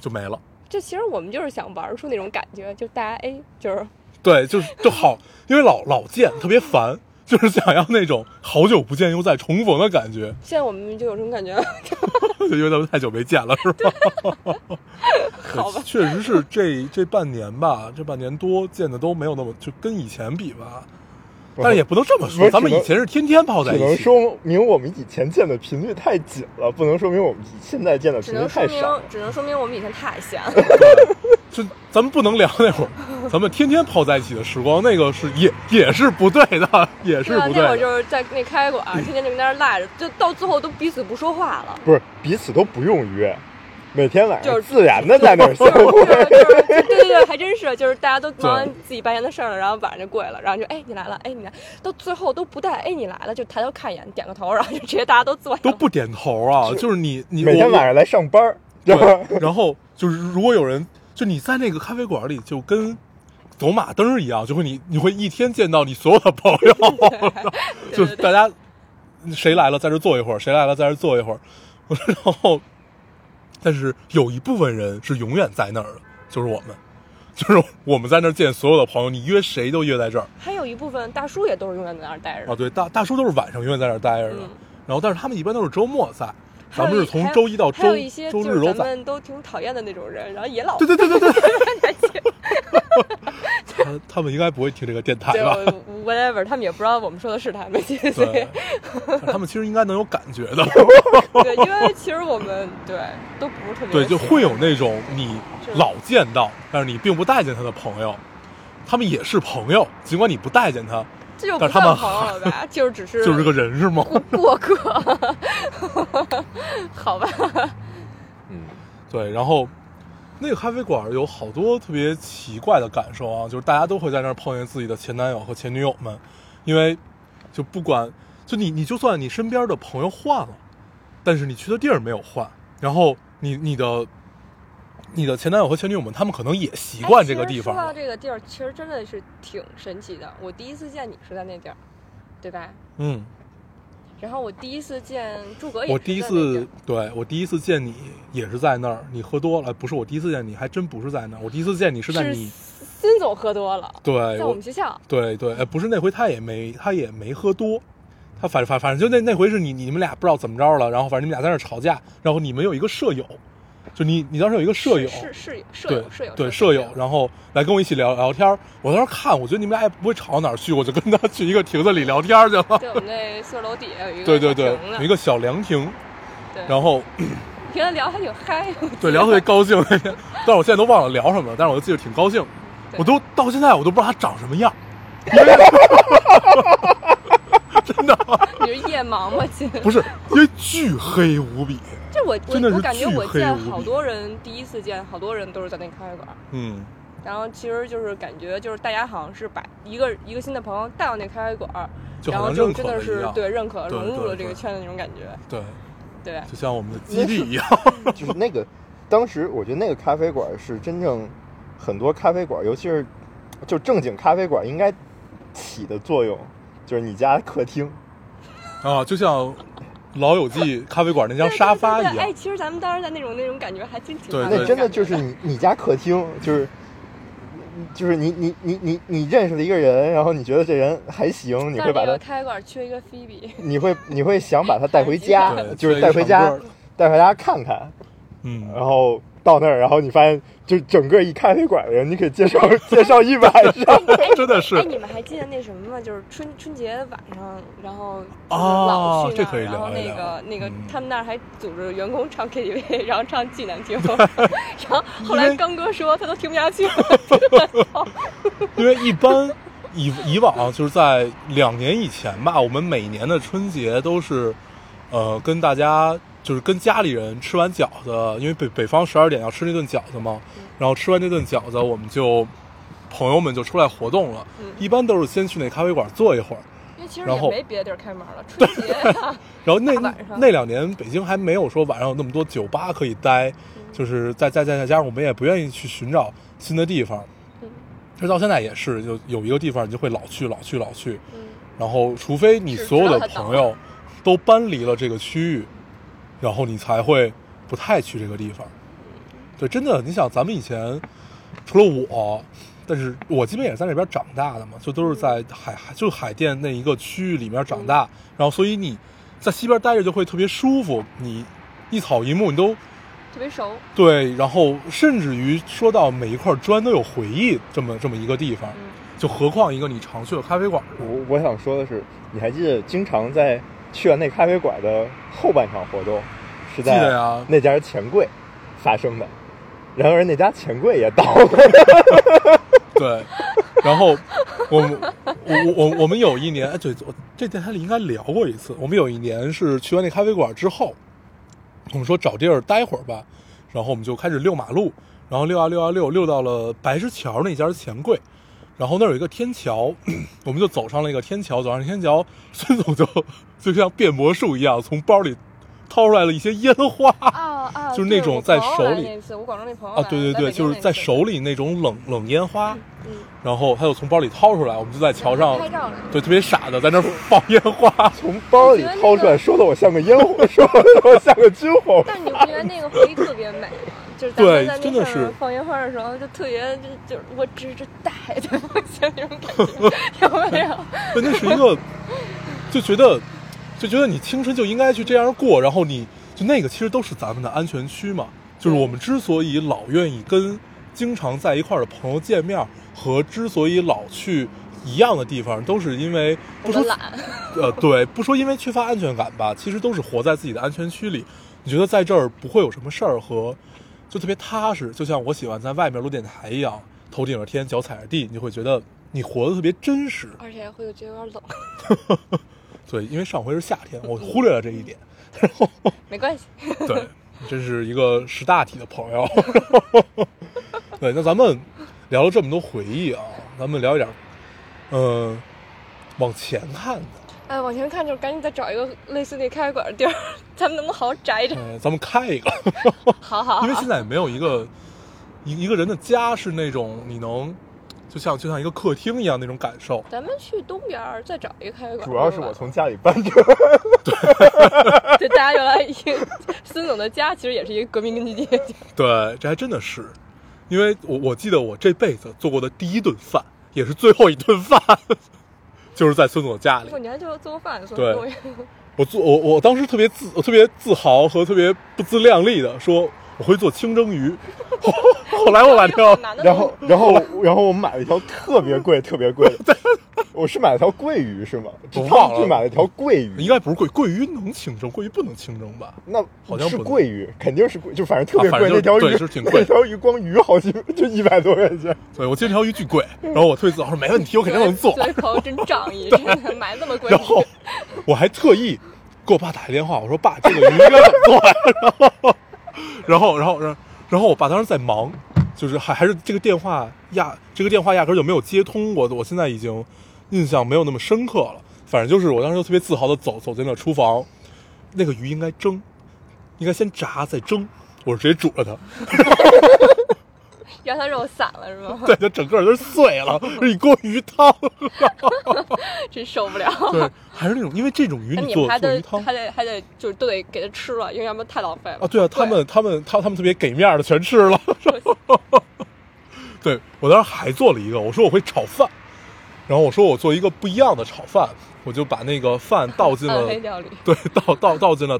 [SPEAKER 2] 就没了。
[SPEAKER 3] 就其实我们就是想玩出那种感觉，就大家哎，就是
[SPEAKER 2] 对，就是就好，因为老老见特别烦，就是想要那种好久不见又再重逢的感觉，
[SPEAKER 3] 现在我们就有这种感觉，
[SPEAKER 2] 就因为咱们太久没见了，是吧？
[SPEAKER 3] 好吧，
[SPEAKER 2] 确实是这这半年吧，这半年多见的都没有那么，就跟以前比吧，但是也不能这么
[SPEAKER 4] 不
[SPEAKER 2] 说，
[SPEAKER 4] 是
[SPEAKER 2] 咱们
[SPEAKER 4] 只能
[SPEAKER 2] 以前是天天泡在
[SPEAKER 4] 只
[SPEAKER 2] 一起，
[SPEAKER 4] 能说明我们以前见的频率太紧了，不能说明我们现在见的
[SPEAKER 3] 只
[SPEAKER 4] 频率
[SPEAKER 3] 能说
[SPEAKER 4] 太
[SPEAKER 3] 明
[SPEAKER 4] 少。
[SPEAKER 3] 只能说明我们以前太闲了。
[SPEAKER 2] 就咱们不能聊那会儿，咱们天天泡在一起的时光，那个是也也是不对的， 也是
[SPEAKER 3] 对啊，
[SPEAKER 2] 不对
[SPEAKER 3] 那会儿
[SPEAKER 2] 的。
[SPEAKER 3] 就是在那开馆，天天就跟那儿赖着，就到最后都彼此不说话了。
[SPEAKER 4] 不是彼此都不用约，每天晚
[SPEAKER 3] 就
[SPEAKER 4] 上
[SPEAKER 3] 是
[SPEAKER 4] 自然 的在那儿
[SPEAKER 3] 就
[SPEAKER 4] 相
[SPEAKER 3] 是就是
[SPEAKER 4] 会。
[SPEAKER 3] 就是对对对，还真是，就是大家都忙完
[SPEAKER 2] 对
[SPEAKER 3] 自己白天的事儿了，然后晚上就跪了，然后就哎你来了，哎你来，到最后都不带哎你来了，就抬头看一眼，点个头，然后就直接大家都坐下
[SPEAKER 2] 都
[SPEAKER 3] 了。
[SPEAKER 2] 不点头啊，
[SPEAKER 4] 是
[SPEAKER 2] 就是你你
[SPEAKER 4] 每天
[SPEAKER 2] 我
[SPEAKER 4] 晚上来上班儿，然后
[SPEAKER 2] 对，然后就是如果有人，就你在那个咖啡馆里，就跟走马灯儿一样，就会你你会一天见到你所有的朋友，
[SPEAKER 3] 对
[SPEAKER 2] 就是大家谁来了在这坐一会儿，谁来了在这坐一会儿， 然后但是有一部分人是永远在那儿的，就是我们，就是我们在那儿见所有的朋友，你约谁都约在这儿
[SPEAKER 3] 还有一部分大叔也都是永远在那儿待着
[SPEAKER 2] 啊。。对，大大叔都是晚上永远在那儿待着的，
[SPEAKER 3] 嗯
[SPEAKER 2] 然后但是他们一般都是周末在，咱
[SPEAKER 3] 还
[SPEAKER 2] 们
[SPEAKER 3] 有
[SPEAKER 2] 是
[SPEAKER 3] 一
[SPEAKER 2] 从
[SPEAKER 3] 还有
[SPEAKER 2] 周一到周
[SPEAKER 3] 还有一些
[SPEAKER 2] 周
[SPEAKER 3] 就
[SPEAKER 2] 日
[SPEAKER 3] 是
[SPEAKER 2] 都
[SPEAKER 3] 咱
[SPEAKER 2] 在，
[SPEAKER 3] 们都挺讨厌的那种人，然后也老
[SPEAKER 2] 对对对对对。
[SPEAKER 3] 在 一起，
[SPEAKER 2] 他他们应该不会听这个电台
[SPEAKER 3] 就
[SPEAKER 2] 吧？
[SPEAKER 3] whatever，他们也不知道我们说的是他们，其实
[SPEAKER 2] 对，他们其实应该能有感觉 的，
[SPEAKER 3] 对，因为其实我们对都不是特别
[SPEAKER 2] 对，就
[SPEAKER 3] 喜欢
[SPEAKER 2] 会有那种你老见到，但是你并不待见他的朋友，他们也是朋友，尽管你不待见他，
[SPEAKER 3] 这就
[SPEAKER 2] 但
[SPEAKER 3] 不
[SPEAKER 2] 是他们
[SPEAKER 3] 算朋友了吧？就是只是
[SPEAKER 2] 就是个人 是吗？
[SPEAKER 3] 过过客，好吧？
[SPEAKER 4] 嗯，
[SPEAKER 2] 对，然后那个咖啡馆有好多特别奇怪的感受啊，就是大家都会在那儿碰见自己的前男友和前女友们，因为就不管就你你就算你身边的朋友换了，但是你去的地儿没有换，然后你你的你的前男友和前女友们，他们可能也习惯这个地方
[SPEAKER 3] 哎其实说到
[SPEAKER 2] 了，
[SPEAKER 3] 这个地儿，其实真的是挺神奇的。我第一次见你是在那地儿，对吧？
[SPEAKER 2] 嗯，
[SPEAKER 3] 然后我第一次见诸葛也是
[SPEAKER 2] 我第一
[SPEAKER 3] 在哎那地
[SPEAKER 2] 次
[SPEAKER 3] 儿
[SPEAKER 2] 对我第一次见你也是在那儿，你喝多了，呃不是我第一次见你，还真不是在那儿，我第一次见你是在
[SPEAKER 3] 是
[SPEAKER 2] 你。哎
[SPEAKER 3] 孙总喝多了，
[SPEAKER 2] 对，
[SPEAKER 3] 在我们学校，
[SPEAKER 2] 对对，哎，不是那回他也没他也没喝多，他反反反正就那那回是你你们俩不知道怎么着了，然后反正你们俩在那儿吵架，然后你们有一个舍友，就你你当时有一个舍友，
[SPEAKER 3] 是是舍
[SPEAKER 2] 对
[SPEAKER 3] 友舍友
[SPEAKER 2] 对舍友，然后来跟我一起聊聊天儿我当时看，我觉得你们俩也不会吵到哪儿去，我就跟他去一个亭子里聊天儿去了。
[SPEAKER 3] 对我们那宿舍楼底下有一个
[SPEAKER 2] 对对对
[SPEAKER 3] 小亭，子
[SPEAKER 2] 有一个小凉亭，
[SPEAKER 3] 对
[SPEAKER 2] 然后
[SPEAKER 3] 平常聊还挺嗨，
[SPEAKER 2] 对聊得特别高兴 那天，但是我现在都忘了聊什么了，但是我就记得挺高兴，
[SPEAKER 3] 对
[SPEAKER 2] 我都到现在我都不知道他长什么样， 真的。
[SPEAKER 3] 你是夜盲吗，亲？
[SPEAKER 2] 不是，因为巨黑无比。
[SPEAKER 3] 这我我
[SPEAKER 2] 真的是
[SPEAKER 3] 我感觉
[SPEAKER 2] 巨
[SPEAKER 3] 我
[SPEAKER 2] 黑
[SPEAKER 3] 见
[SPEAKER 2] 无比
[SPEAKER 3] 好多人第一次见，好多人都是在那咖啡馆。
[SPEAKER 2] 嗯，
[SPEAKER 3] 然后其实就是感觉就是大家好像是把一个一个新的朋友带到那咖啡馆儿，
[SPEAKER 2] 就
[SPEAKER 3] 然
[SPEAKER 2] 好
[SPEAKER 3] 后
[SPEAKER 2] 像
[SPEAKER 3] 就
[SPEAKER 2] 认可
[SPEAKER 3] 真的
[SPEAKER 2] 了一
[SPEAKER 3] 是
[SPEAKER 2] 样。
[SPEAKER 3] 对认可
[SPEAKER 2] 对
[SPEAKER 3] 融入
[SPEAKER 2] 对
[SPEAKER 3] 了这个
[SPEAKER 2] 对
[SPEAKER 3] 圈的那种感觉，
[SPEAKER 2] 对
[SPEAKER 3] 对
[SPEAKER 2] 就像我们的基地一样。
[SPEAKER 4] 就是那个，当时我觉得那个咖啡馆是真正很多咖啡馆，尤其是就正经咖啡馆应该起的作用，就是你家客厅，
[SPEAKER 2] 啊，就像《老友记》咖啡馆那张沙发一
[SPEAKER 3] 对对对哎，
[SPEAKER 2] 样。
[SPEAKER 3] 其实咱们当时在那种那种感觉还真挺
[SPEAKER 2] 对
[SPEAKER 3] 好
[SPEAKER 4] 那真的
[SPEAKER 3] 感觉
[SPEAKER 4] 就是你你家客厅，就是就是你你你你你认识了一个人，然后你觉得这人还行，你
[SPEAKER 3] 但
[SPEAKER 4] 会
[SPEAKER 3] 是
[SPEAKER 4] 把
[SPEAKER 3] 那个
[SPEAKER 4] 他
[SPEAKER 3] 咖啡馆缺一个菲 比，
[SPEAKER 4] 你会你会想把他带回家
[SPEAKER 2] 对，
[SPEAKER 4] 就是带回家
[SPEAKER 2] 所以，
[SPEAKER 4] 带回家看看，
[SPEAKER 2] 嗯，
[SPEAKER 4] 然后到那儿，然后你发现就整个一咖啡馆的人，你可以介绍 介绍一晚上。
[SPEAKER 2] 真的
[SPEAKER 3] 哎，
[SPEAKER 2] 是
[SPEAKER 3] 你们还记得那什么吗？就是春春节晚上，然后就是
[SPEAKER 2] 哦
[SPEAKER 3] 老去那儿
[SPEAKER 2] 这可以
[SPEAKER 3] 然后
[SPEAKER 2] 聊一
[SPEAKER 3] 那个
[SPEAKER 2] 聊
[SPEAKER 3] 那个
[SPEAKER 2] 嗯
[SPEAKER 3] 他们那儿还组织员工唱 KTV，然后 唱《济南 情》，然后后
[SPEAKER 2] 因
[SPEAKER 3] 来
[SPEAKER 2] 为
[SPEAKER 3] 刚哥说他都听不下去了。
[SPEAKER 2] 因为一般以以往就是在两年以前吧，我们每年的春节都是，呃，跟大家就是跟家里人吃完饺子，因为北北方十二点要吃那顿饺子嘛，
[SPEAKER 3] 嗯
[SPEAKER 2] 然后吃完这顿饺子，我们就朋友们就出来活动了，
[SPEAKER 3] 嗯
[SPEAKER 2] 一般都是先去那咖啡馆坐一会儿，
[SPEAKER 3] 因为其实
[SPEAKER 2] 然
[SPEAKER 3] 也
[SPEAKER 2] 后
[SPEAKER 3] 没别的地儿开门 了，春节啊，
[SPEAKER 2] 然后那
[SPEAKER 3] 大晚上
[SPEAKER 2] 那两年北京还没有说晚上有那么多酒吧可以待，就是再再再再加上我们也不愿意去寻找新的地方
[SPEAKER 3] 嗯，
[SPEAKER 2] 这到现在也是，就有一个地方你就会老去老去老去，
[SPEAKER 3] 嗯
[SPEAKER 2] 然后除非你所有的朋友都搬离了这个区域，然后你才会不太去这个地方。对，真的，你想咱们以前除了我，但是我基本也是在那边长大的嘛，就都是在海海就海淀那一个区域里面长大，然后所以你在西边待着就会特别舒服，你一草一木你都
[SPEAKER 3] 特别熟，
[SPEAKER 2] 对，然后甚至于说到每一块砖都有回忆，这么这么一个地方，
[SPEAKER 3] 嗯，
[SPEAKER 2] 就何况一个你常去的咖啡馆呢？
[SPEAKER 4] 我我想说的是，你还记得经常在去完那咖啡馆的后半场活动是
[SPEAKER 2] 记得
[SPEAKER 4] 在
[SPEAKER 2] 呀
[SPEAKER 4] 那家钱柜发生的，然而那家钱柜也倒了。
[SPEAKER 2] 对，然后我们我我我们有一年，哎，对，我这电台里应该聊过一次。我们有一年是去完那咖啡馆之后，我们说找地儿待会儿吧，然后我们就开始溜马路，然后溜啊溜啊溜，溜到了白石桥那家钱柜，然后那儿有一个天桥， 我们就走上了一个天桥，走上天桥，孙总就 就像变魔术一样，从包里掏出来了一些烟花。
[SPEAKER 3] 啊啊，
[SPEAKER 2] 就是那
[SPEAKER 3] 对
[SPEAKER 2] 种
[SPEAKER 3] 我
[SPEAKER 2] 在
[SPEAKER 3] 朋友
[SPEAKER 2] 手
[SPEAKER 3] 来
[SPEAKER 2] 里
[SPEAKER 3] 那次，我广州那朋友
[SPEAKER 2] 啊，
[SPEAKER 3] 来
[SPEAKER 2] 对对对，就是在，手里那种冷冷烟花，
[SPEAKER 3] 北京那次
[SPEAKER 2] 然后他就从包里掏出来，我们就在桥上
[SPEAKER 3] 嗯，拍照呢，
[SPEAKER 2] 对，特别傻的在那儿放烟花。
[SPEAKER 4] 从包里掏出来，说的我像个烟火，说的我像个军火。
[SPEAKER 3] 但你不觉得那个回忆特别美吗？就是咱
[SPEAKER 2] 对
[SPEAKER 3] 们在
[SPEAKER 2] 真
[SPEAKER 3] 那
[SPEAKER 2] 的
[SPEAKER 3] 上面
[SPEAKER 2] 是
[SPEAKER 3] 放烟花的时候，就特别就就是我指着大海在方向那种 感觉， 有没有？
[SPEAKER 2] 对，那是一个，就觉得，就觉得你青春就应该去这样过，然后你就那个其实都是咱们的安全区嘛。就是我们之所以老愿意跟经常在一块儿的朋友见面，和之所以老去一样的地方，都是因为不
[SPEAKER 3] 我
[SPEAKER 2] 说
[SPEAKER 3] 们懒，
[SPEAKER 2] 呃，对，不说因为缺乏安全感吧，其实都是活在自己的安全区里。你觉得在这儿不会有什么事儿和，就特别踏实，就像我喜欢在外面录电台一样，头顶着天，脚踩着地，你会觉得你活得特别真实。
[SPEAKER 3] 而且会觉得有点冷，
[SPEAKER 2] 对，因为上回是夏天，我忽略了这一点。然后，
[SPEAKER 3] 没关系，
[SPEAKER 2] 对，真是一个识大体的朋友。 对，那咱们聊了这么多回忆啊，咱们聊一点，嗯、往前看的。
[SPEAKER 3] 哎，往前看就是赶紧再找一个类似那咖啡馆的地儿， 咱们能不能好好宅一宅？
[SPEAKER 2] 呃，咱们开一个。
[SPEAKER 3] 好好
[SPEAKER 2] 因为
[SPEAKER 3] 好
[SPEAKER 2] 现，在也没有一个一一个人的家是那种你能就像就像一个客厅一样那种感受。
[SPEAKER 3] 咱们去东边儿再找一个咖啡馆。
[SPEAKER 4] 主要是我
[SPEAKER 3] 吧
[SPEAKER 4] 从家里搬出
[SPEAKER 3] 对大家原来一个孙总的家其实也是一个革命根据地，
[SPEAKER 2] 对，这还真的是，因为我我记得我这辈子做过的第一顿饭，也是最后一顿饭， 就是在孙总家里
[SPEAKER 3] 不，。你还就做过饭，做
[SPEAKER 2] 对
[SPEAKER 3] 过东西
[SPEAKER 2] 我做我我当时特别自我特别自豪和特别不自量力的说我会做清蒸鱼， 后后来我 把这
[SPEAKER 3] 好
[SPEAKER 2] 条
[SPEAKER 3] 难的
[SPEAKER 4] 然
[SPEAKER 3] 东西
[SPEAKER 4] 后，然后，然后我买了一条特别贵、特别 贵的，我是买了条桂鱼是吗？
[SPEAKER 2] 我
[SPEAKER 4] 他
[SPEAKER 2] 忘
[SPEAKER 4] 们
[SPEAKER 2] 了
[SPEAKER 4] 去买了条桂鱼，
[SPEAKER 2] 应该不是桂桂鱼能清蒸，桂鱼不能清蒸吧？
[SPEAKER 4] 那
[SPEAKER 2] 哎好像
[SPEAKER 4] 是
[SPEAKER 2] 不能
[SPEAKER 4] 桂鱼，肯定是桂，就反正特别
[SPEAKER 2] 啊反
[SPEAKER 4] 贵。
[SPEAKER 2] 正就
[SPEAKER 4] 那条鱼
[SPEAKER 2] 对是挺贵
[SPEAKER 4] 那条鱼光鱼好几就一百多块 钱。
[SPEAKER 2] 对，我记得这条鱼巨贵，然后我特别自豪说没问题，我肯定能做。
[SPEAKER 3] 所以朋友真 仗义，真的买这么贵。
[SPEAKER 2] 然后我还特意给我爸打一电话，我说爸，这个鱼应该怎么做呀？ 然后，然后，然后，然后，然后我爸当时在忙，就是还还是这个电话压这个电话压根儿就没有接通，我我现在已经印象没有那么深刻了。反正就是我当时就特别自豪的走走进了厨房，那个鱼应该蒸，应该先炸再蒸，我是直接煮了它，
[SPEAKER 3] 让他肉散了是吗？
[SPEAKER 2] 对，就整个儿就碎了，是一锅鱼汤。
[SPEAKER 3] 真受 不了。
[SPEAKER 2] 对，还是那种，因为这种鱼
[SPEAKER 3] 那
[SPEAKER 2] 你
[SPEAKER 3] 你
[SPEAKER 2] 做
[SPEAKER 3] 们还
[SPEAKER 2] 做
[SPEAKER 3] 得
[SPEAKER 2] 鱼汤
[SPEAKER 3] 还得还得就是都得给他吃了，因为要不然太浪费了
[SPEAKER 2] 啊，。对啊，他们他们他他们特别给面儿的全吃 了。对我当时还做了一个，我说我会炒饭，然后我说我做一个不一样的炒饭，我就把那个饭倒进
[SPEAKER 3] 暗
[SPEAKER 2] 了，
[SPEAKER 3] 黑料理，
[SPEAKER 2] 啊对，倒倒倒进了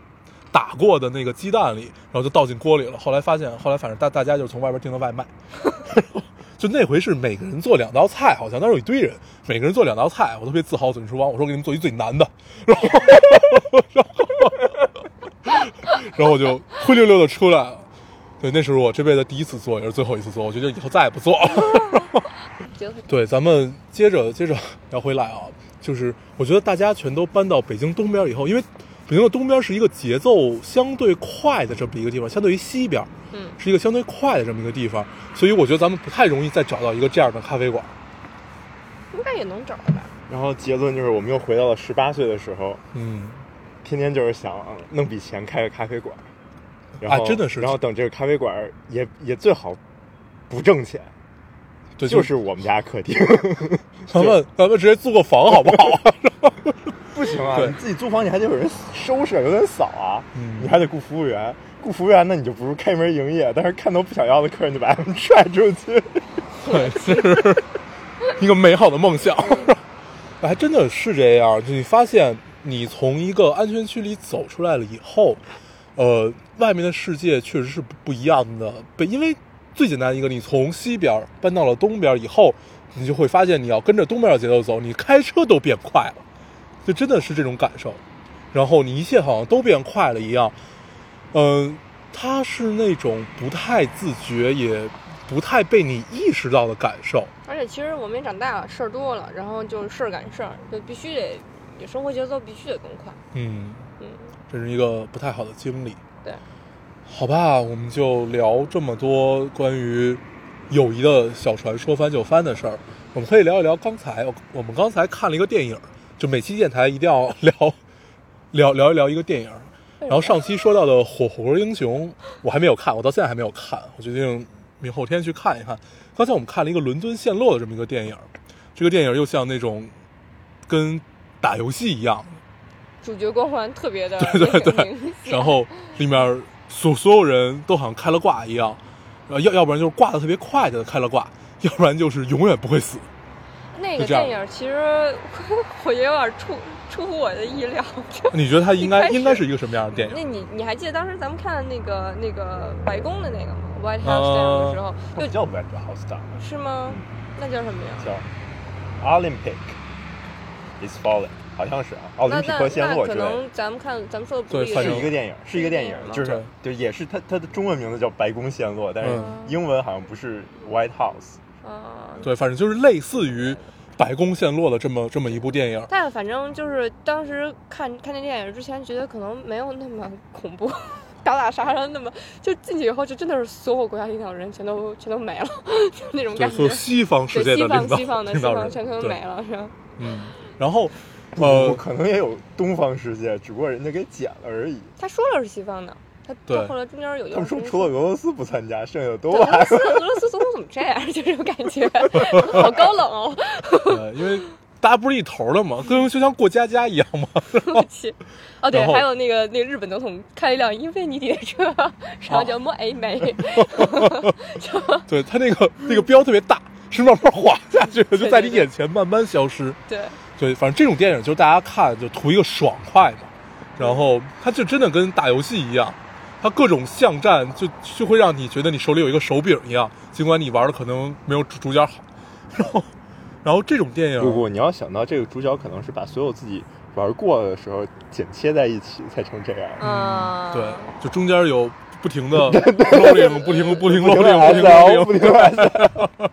[SPEAKER 2] 打过的那个鸡蛋里，然后就倒进锅里了。后来发现，后来反正大大家就是从外边订的外卖， 就那回是每个人做两道菜，好像当时有一堆人，每个人做两道菜，我特别自豪走进厨房，我说给你们做一最难的，然后 然后然后我就灰溜溜的出来了。对，那是我这辈子第一次做，也是最后一次做，我觉得以后再也不做了。
[SPEAKER 3] 觉得很
[SPEAKER 2] 对，咱们接着接着 聊回来啊，就是我觉得大家全都搬到北京东边以后，因为北京的东边是一个节奏相对快的这么一个地方，相对于西边，
[SPEAKER 3] 嗯
[SPEAKER 2] 是一个相对快的这么一个地方，所以我觉得咱们不太容易再找到一个这样的咖啡馆。
[SPEAKER 3] 应该也能找到吧。
[SPEAKER 4] 然后结论就是，我们又回到了十八岁的时候，
[SPEAKER 2] 嗯，
[SPEAKER 4] 天天就是想弄笔钱开个咖啡馆，然
[SPEAKER 2] 啊
[SPEAKER 4] 后、
[SPEAKER 2] 真的是
[SPEAKER 4] 然后等这个咖啡馆也也最好不挣钱，
[SPEAKER 2] 对，
[SPEAKER 4] 就是是我们家客厅，
[SPEAKER 2] 咱们咱们直接租个房好不好？
[SPEAKER 4] 不行啊，
[SPEAKER 2] 对
[SPEAKER 4] 你自己租房你还得有人收拾，有人扫啊，
[SPEAKER 2] 嗯
[SPEAKER 4] 你还得雇服务员， 雇服务员那你就不是开门营业，但是看到不想要的客人就把他们踹出去，
[SPEAKER 2] 对，就是 一个美好的梦想。还真的是这样，就你发现你从一个安全区里走出来了以后，呃，外面的世界确实是不不一样的。被因为最简单一个，你从西边搬到了东边以后，你就会发现你要跟着东边的节奏走，你开车都变快了，就真的是这种感受。然后你一切好像都变快了一样，嗯、它是那种不太自觉，也不太被你意识到的感受。
[SPEAKER 3] 而且其实我们也长大了，事儿多了，然后就是事儿赶事儿，就必须得，就生活节奏必须得更快。
[SPEAKER 2] 嗯，
[SPEAKER 3] 嗯，
[SPEAKER 2] 这是一个不太好的经历。
[SPEAKER 3] 对，
[SPEAKER 2] 好吧，我们就聊这么多关于友谊的小船说翻就翻的事儿。我们可以聊一聊刚才我我们刚才看了一个电影，就每期电台一定要 聊聊聊一聊一个电影。然后上期说到的《火火锅英雄》，我还没有看，我到现在还没有看，我决定明后天去看一看。刚才我们看了一个伦敦陷落的这么一个电影，这个电影又像那种跟打游戏一样，
[SPEAKER 3] 主角光环特别的
[SPEAKER 2] 对对
[SPEAKER 3] 明显
[SPEAKER 2] 然后里面所所有人都好像开了挂一样，呃，要要不然就是挂的特别快的开了挂，要不然就是永远不会死。
[SPEAKER 3] 那
[SPEAKER 2] 就
[SPEAKER 3] 个
[SPEAKER 2] 这样
[SPEAKER 3] 电影其实我也有点出出乎我的意料。
[SPEAKER 2] 你觉得它应该
[SPEAKER 3] 一开始
[SPEAKER 2] 应该是一个什么样的 电
[SPEAKER 3] 那
[SPEAKER 2] 影？
[SPEAKER 3] 你你还记得当时咱们看那个那个白宫的那个吗？White
[SPEAKER 2] 啊
[SPEAKER 3] House 电影的时候，
[SPEAKER 4] 不叫 Red House Down，
[SPEAKER 3] 就是吗？那叫什么呀？
[SPEAKER 4] 叫 Olympic is falling，好像是啊，奥
[SPEAKER 3] 那
[SPEAKER 4] 林匹
[SPEAKER 3] 那
[SPEAKER 4] 克陷
[SPEAKER 3] 那
[SPEAKER 4] 落
[SPEAKER 3] 可
[SPEAKER 4] 之类的。
[SPEAKER 3] 能咱们看咱们说的不
[SPEAKER 2] 对
[SPEAKER 3] 是一
[SPEAKER 2] 反
[SPEAKER 3] 个
[SPEAKER 4] 是
[SPEAKER 2] 正
[SPEAKER 4] 一个电影，是一个电影，
[SPEAKER 2] 嗯
[SPEAKER 4] 就是对，也是它它的中文名字叫《白宫陷落》，但是
[SPEAKER 2] 嗯
[SPEAKER 4] 英文好像不是 White House。
[SPEAKER 3] 啊。
[SPEAKER 2] 对，反正就是类似于《白宫陷落》的这么这么一部电影。
[SPEAKER 3] 但反正就是当时看看这电影之前，觉得可能没有那么恐怖， 打打杀杀那么，就进去以后就真的是所有国家领导人全都全都没了， 就那种
[SPEAKER 2] 对，
[SPEAKER 3] 感
[SPEAKER 2] 所
[SPEAKER 3] 觉
[SPEAKER 2] 有。西方世
[SPEAKER 3] 对，
[SPEAKER 2] 界的领
[SPEAKER 3] 西方
[SPEAKER 2] 导
[SPEAKER 3] 西方的西
[SPEAKER 2] 领导
[SPEAKER 3] 方
[SPEAKER 2] 人
[SPEAKER 3] 全都
[SPEAKER 2] 对
[SPEAKER 3] 没了，是吧？
[SPEAKER 2] 嗯，然后
[SPEAKER 4] 呃，
[SPEAKER 2] 呃，
[SPEAKER 4] 可能也有东方世界，只不过人家给剪了而已。
[SPEAKER 3] 他说了是西方的，他
[SPEAKER 2] 对
[SPEAKER 3] 他后来中间有一
[SPEAKER 4] 他们说
[SPEAKER 3] 段时间
[SPEAKER 4] 除了俄罗斯不参加，剩下的都
[SPEAKER 3] 俄罗
[SPEAKER 4] 来。
[SPEAKER 3] 斯俄罗斯总统怎么这样？ 就这种感觉，好高冷哦！
[SPEAKER 2] 呃，因为大家不是一头的嘛，跟就像过家家一样嘛。
[SPEAKER 3] 我去，哦对
[SPEAKER 2] 然，后
[SPEAKER 3] 还有那个那个日本总统开了一辆英菲尼迪的车，然后叫莫 哎梅，
[SPEAKER 2] 对，它那个那个标特别大，是慢慢滑下去的，就在你眼前慢慢消失。
[SPEAKER 3] 对，
[SPEAKER 2] 对，反正这种电影就是大家看就图一个爽快嘛，然后它就真的跟打游戏一样，它各种巷战就就会让你觉得你手里有一个手柄一样，尽管你玩的可能没有主主角好，然后然后这种电
[SPEAKER 4] 不
[SPEAKER 2] 影，
[SPEAKER 4] 不，你要想到这个主角可能是把所有自己玩过的时候剪切在一起才成这样。
[SPEAKER 3] 嗯，
[SPEAKER 2] 对，就中间有不停的 loading，不停不停 loading，不停 loading，
[SPEAKER 4] 聊，不停来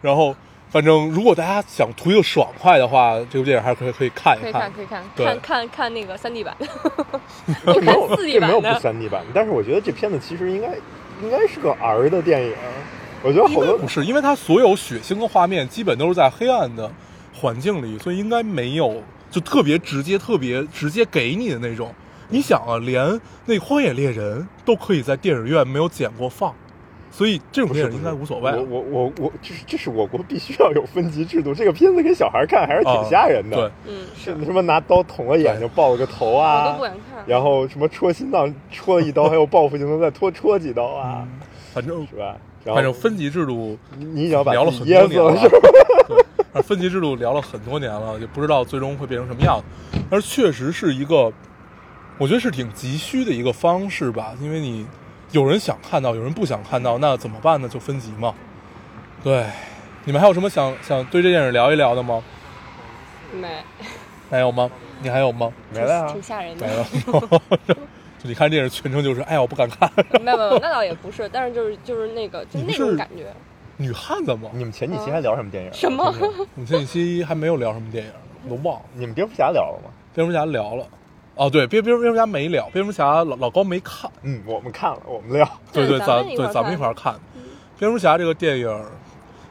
[SPEAKER 2] 然后反正如果大家想图一个爽快的话，这部电影还是可以可以看
[SPEAKER 3] 可
[SPEAKER 2] 一
[SPEAKER 3] 以
[SPEAKER 2] 看
[SPEAKER 3] 看，。可以看，
[SPEAKER 2] 对
[SPEAKER 3] 看看看那个三 D 版，
[SPEAKER 4] 没有
[SPEAKER 3] 看四 D
[SPEAKER 4] 这没有
[SPEAKER 3] 版
[SPEAKER 4] 不
[SPEAKER 3] 的，
[SPEAKER 4] 三 D 版，但是我觉得这片子其实应该应该是个 R 的电影。我觉得
[SPEAKER 2] 应
[SPEAKER 4] 好
[SPEAKER 2] 该
[SPEAKER 4] 多
[SPEAKER 2] 不是，因为它所有血腥的画面基本都是在黑暗的环境里，所以应该没有就特别直接、特别直接给你的那种。你想啊，连那《荒野猎人》都可以在电影院没有剪过放，所以这种
[SPEAKER 4] 不
[SPEAKER 2] 电
[SPEAKER 4] 是
[SPEAKER 2] 影
[SPEAKER 4] 不
[SPEAKER 2] 应
[SPEAKER 4] 是
[SPEAKER 2] 该无所谓啊。
[SPEAKER 4] 我我我我，这是这是我国必须要有分级制度。这个片子给小孩看还是
[SPEAKER 2] 啊
[SPEAKER 4] 挺吓人的。
[SPEAKER 2] 对，
[SPEAKER 3] 嗯，
[SPEAKER 4] 是什么拿刀捅了眼睛，爆了个头
[SPEAKER 3] 我都
[SPEAKER 4] 啊
[SPEAKER 3] 不，敢看。
[SPEAKER 4] 然后什么戳心脏戳了一刀，还有报复性能再戳戳几刀啊，
[SPEAKER 2] 反正
[SPEAKER 4] 是吧？然后
[SPEAKER 2] 嗯反正分级制度
[SPEAKER 4] 你你已经把
[SPEAKER 2] 聊了
[SPEAKER 4] 自
[SPEAKER 2] 很
[SPEAKER 4] 己噎
[SPEAKER 2] 多
[SPEAKER 4] 死
[SPEAKER 2] 年了
[SPEAKER 4] 是吧？，
[SPEAKER 2] 对，分级制度聊了很多年了，也不知道最终会变成什么样子。但是确实是一个，我觉得是挺急需的一个方式吧，因为你有人想看到，有人不想看到，那怎么办呢？就分级嘛。对，你们还有什么想想对这电影聊一聊的吗？
[SPEAKER 3] 没，
[SPEAKER 2] 还有吗？你还有吗？
[SPEAKER 4] 没了啊
[SPEAKER 3] 挺！吓人的
[SPEAKER 2] 没。了。就你看电影全程就是，哎呀，我不敢看。
[SPEAKER 3] 没有没有，那倒也不是，但是就是就是那个就
[SPEAKER 2] 你不
[SPEAKER 3] 那
[SPEAKER 2] 是
[SPEAKER 3] 种感觉，
[SPEAKER 2] 女汉子嘛，
[SPEAKER 4] 你们前几期还聊什么电影？
[SPEAKER 3] 什么？
[SPEAKER 2] 我们前几期还没有聊什么电影，我都忘了。
[SPEAKER 4] 你们蝙蝠侠聊了吗？
[SPEAKER 2] 蝙蝠侠聊了，哦，对，蝙蝙蝙蝠侠没聊，蝙蝠侠老老高没看，
[SPEAKER 4] 嗯，我们看了，我们聊。
[SPEAKER 2] 对
[SPEAKER 3] 对咱
[SPEAKER 2] 咱
[SPEAKER 3] 们一
[SPEAKER 2] 对
[SPEAKER 3] 块儿
[SPEAKER 2] 咱们
[SPEAKER 3] 看
[SPEAKER 2] 一块儿看。蝙蝠侠这个电影儿，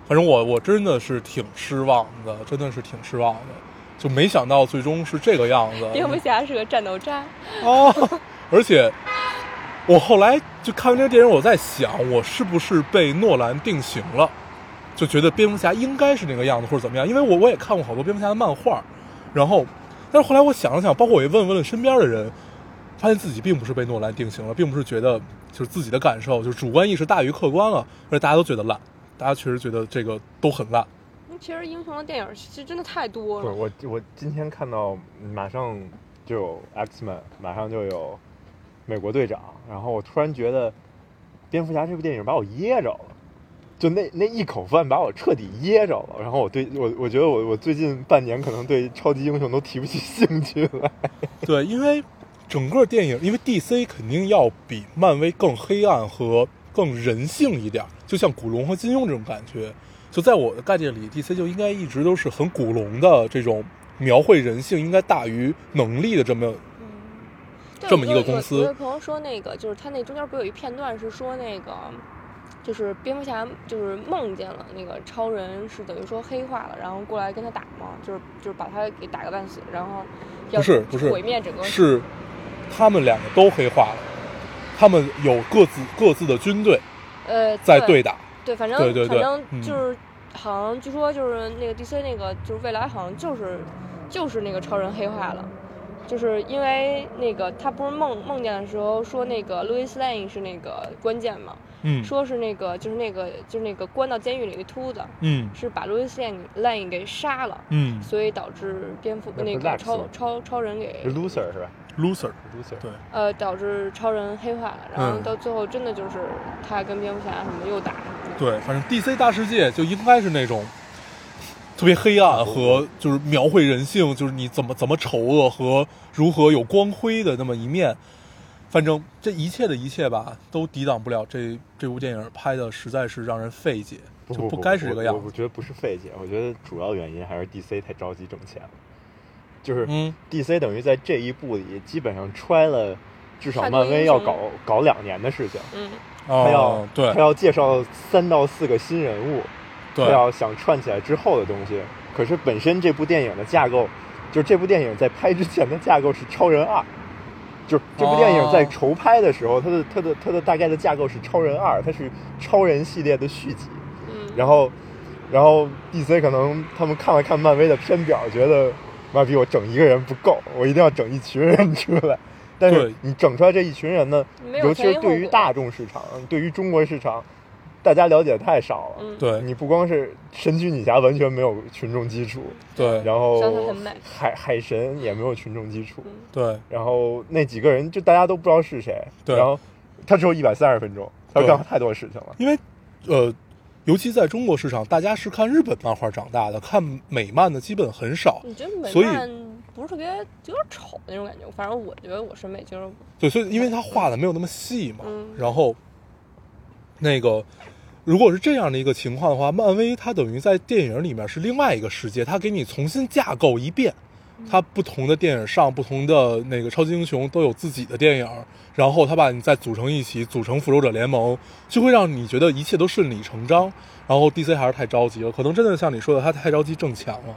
[SPEAKER 2] 反正我我真的是挺失望的，真的是挺失望的，就没想到最终是这个样子。
[SPEAKER 3] 蝙蝠侠是个战斗渣，
[SPEAKER 2] 哦，而且我后来就看完这个电影，我在想，我是不是被诺兰定型了？就觉得蝙蝠侠应该是那个样子，或者怎么样？因为我我也看过好多蝙蝠侠的漫画，然后，但是后来我想了想，包括我也问问了身边的人，发现自己并不是被诺啊兰定型了，并不是觉得就是自己的感受就是主观意识大于客观了，而且大家都觉得烂，大家确实觉得这个都很烂。
[SPEAKER 3] 那其实英雄的电影其实真的太多
[SPEAKER 4] 不是
[SPEAKER 3] 了，
[SPEAKER 4] 我，我今天看到马上就有 X Men，马上就有美国队长，然后我突然觉得蝙蝠侠这部电影把我噎着了，就那那一口饭把我彻底噎着了。然后我对我我觉得我我最近半年可能对超级英雄都提不起兴趣了。
[SPEAKER 2] 对，因为整个电影，因为 DC 肯定要比漫威更黑暗和更人性一点儿，就像古龙和金庸这种感觉。就在我的概念里，DC 就应该一直都是很古龙的这种描绘人性，应该大于能力的这么。嗯
[SPEAKER 3] 对
[SPEAKER 2] 这么
[SPEAKER 3] 我
[SPEAKER 2] 一个
[SPEAKER 3] 就有
[SPEAKER 2] 公司
[SPEAKER 3] 有的朋友说那个，就是他那中间不是有一片段是说那个，就是蝙蝠侠就是梦见了那个超人是等于说黑化了，然后过来跟他打嘛，就是就是把他给打个半死，然后要
[SPEAKER 2] 不是不是
[SPEAKER 3] 毁灭整个
[SPEAKER 2] 是他们两个都黑化了，他们有各自各自的军队
[SPEAKER 3] 呃
[SPEAKER 2] 在
[SPEAKER 3] 对
[SPEAKER 2] 对打。
[SPEAKER 3] 对，反正
[SPEAKER 2] 对对对
[SPEAKER 3] 反正
[SPEAKER 2] 嗯
[SPEAKER 3] 就是、好像据说就是那个 DC 那个就是未来好像就是就是那个超人黑化了。就是因为那个他不是梦梦见的时候说那个 Louis Lane 是那个关键嘛，
[SPEAKER 2] 嗯
[SPEAKER 3] 说是那个就是那个就是那个关到监狱里那秃子，
[SPEAKER 2] 嗯
[SPEAKER 3] 是把 Louis Lane Lane 给杀了，
[SPEAKER 2] 嗯
[SPEAKER 3] 所以导致蝙蝠
[SPEAKER 4] 那
[SPEAKER 3] 那
[SPEAKER 4] 不是
[SPEAKER 3] 个
[SPEAKER 4] Lex
[SPEAKER 3] 超
[SPEAKER 4] 吗
[SPEAKER 3] 超超人给
[SPEAKER 4] 是 loser 是吧
[SPEAKER 2] ，loser。
[SPEAKER 4] ？loser
[SPEAKER 2] 对
[SPEAKER 3] 呃导致超人黑化了，然后
[SPEAKER 2] 嗯
[SPEAKER 3] 到最后真的就是他跟蝙蝠侠什么又打，
[SPEAKER 2] 对，反正 DC 大世界就应该是那种特别黑
[SPEAKER 4] 啊
[SPEAKER 2] 暗和就是描绘人性，就是你怎么怎么丑恶和如何有光辉的那么一面。反正这一切的一切吧，都抵挡不了这这部电影拍的实在是让人费解，就
[SPEAKER 4] 不
[SPEAKER 2] 该是这个样
[SPEAKER 4] 我我
[SPEAKER 2] 子。
[SPEAKER 4] 觉得不是费解，我觉得主要原因还是 DC 太着急挣钱了，就是
[SPEAKER 2] 嗯，
[SPEAKER 4] DC 等于在这一步里基本上揣了至少
[SPEAKER 3] 太多
[SPEAKER 4] 漫威
[SPEAKER 3] 英
[SPEAKER 4] 要
[SPEAKER 3] 雄
[SPEAKER 4] 搞搞两年的事情。
[SPEAKER 3] 嗯，
[SPEAKER 4] 他要、
[SPEAKER 2] 哦，对
[SPEAKER 4] 他要介绍三到四个新人物，他
[SPEAKER 2] 对，
[SPEAKER 4] 要想串起来之后的东西。可是本身这部电影的架构，就是这部电影在拍之前的架构是《超人二》，就是这部电
[SPEAKER 2] 哦
[SPEAKER 4] 影在筹拍的时候，它的它的它的大概的架构是《超人二》，它是超人系列的续集。
[SPEAKER 3] 嗯
[SPEAKER 4] 然后，然后 DC 可能他们看了看漫威的片表，觉得妈逼我整一个人不够，我一定要整一群人出来。但是
[SPEAKER 2] 对
[SPEAKER 4] 你整出来这一群人呢，
[SPEAKER 3] 没有
[SPEAKER 4] 尤其
[SPEAKER 3] 前
[SPEAKER 4] 是
[SPEAKER 3] 因后
[SPEAKER 4] 对于
[SPEAKER 3] 果
[SPEAKER 4] 大众市场，对于中国市场，大家了解太少了。
[SPEAKER 3] 嗯
[SPEAKER 2] 对
[SPEAKER 4] 你不光是神奇女侠完全没有群众基础，
[SPEAKER 2] 对
[SPEAKER 4] 然
[SPEAKER 3] 想得
[SPEAKER 4] 后
[SPEAKER 3] 很美
[SPEAKER 4] 海海神也没有群众基础，
[SPEAKER 2] 对，
[SPEAKER 4] 然后那几个人就大家都不知道是谁，
[SPEAKER 2] 对
[SPEAKER 4] 然后他只有一百三十分钟，他
[SPEAKER 2] 对
[SPEAKER 4] 干了太多事情了。
[SPEAKER 2] 因为呃，尤其在中国市场，大家是看日本漫画长大的，看美漫的基本很少。
[SPEAKER 3] 你觉得美
[SPEAKER 2] 所以
[SPEAKER 3] 漫不是特别有点丑那种感觉，反正我觉得我审美就是
[SPEAKER 2] 对，所以因为他画的没有那么细嘛，
[SPEAKER 3] 嗯
[SPEAKER 2] 然后那个如果是这样的一个情况的话，漫威它等于在电影里面是另外一个世界，它给你重新架构一遍，它不同的电影上不同的那个超级英雄都有自己的电影，然后它把你再组成一起，组成复仇者联盟，就会让你觉得一切都顺理成章。然后 DC 还是太着急了，可能真的像你说的，他太着急挣钱了。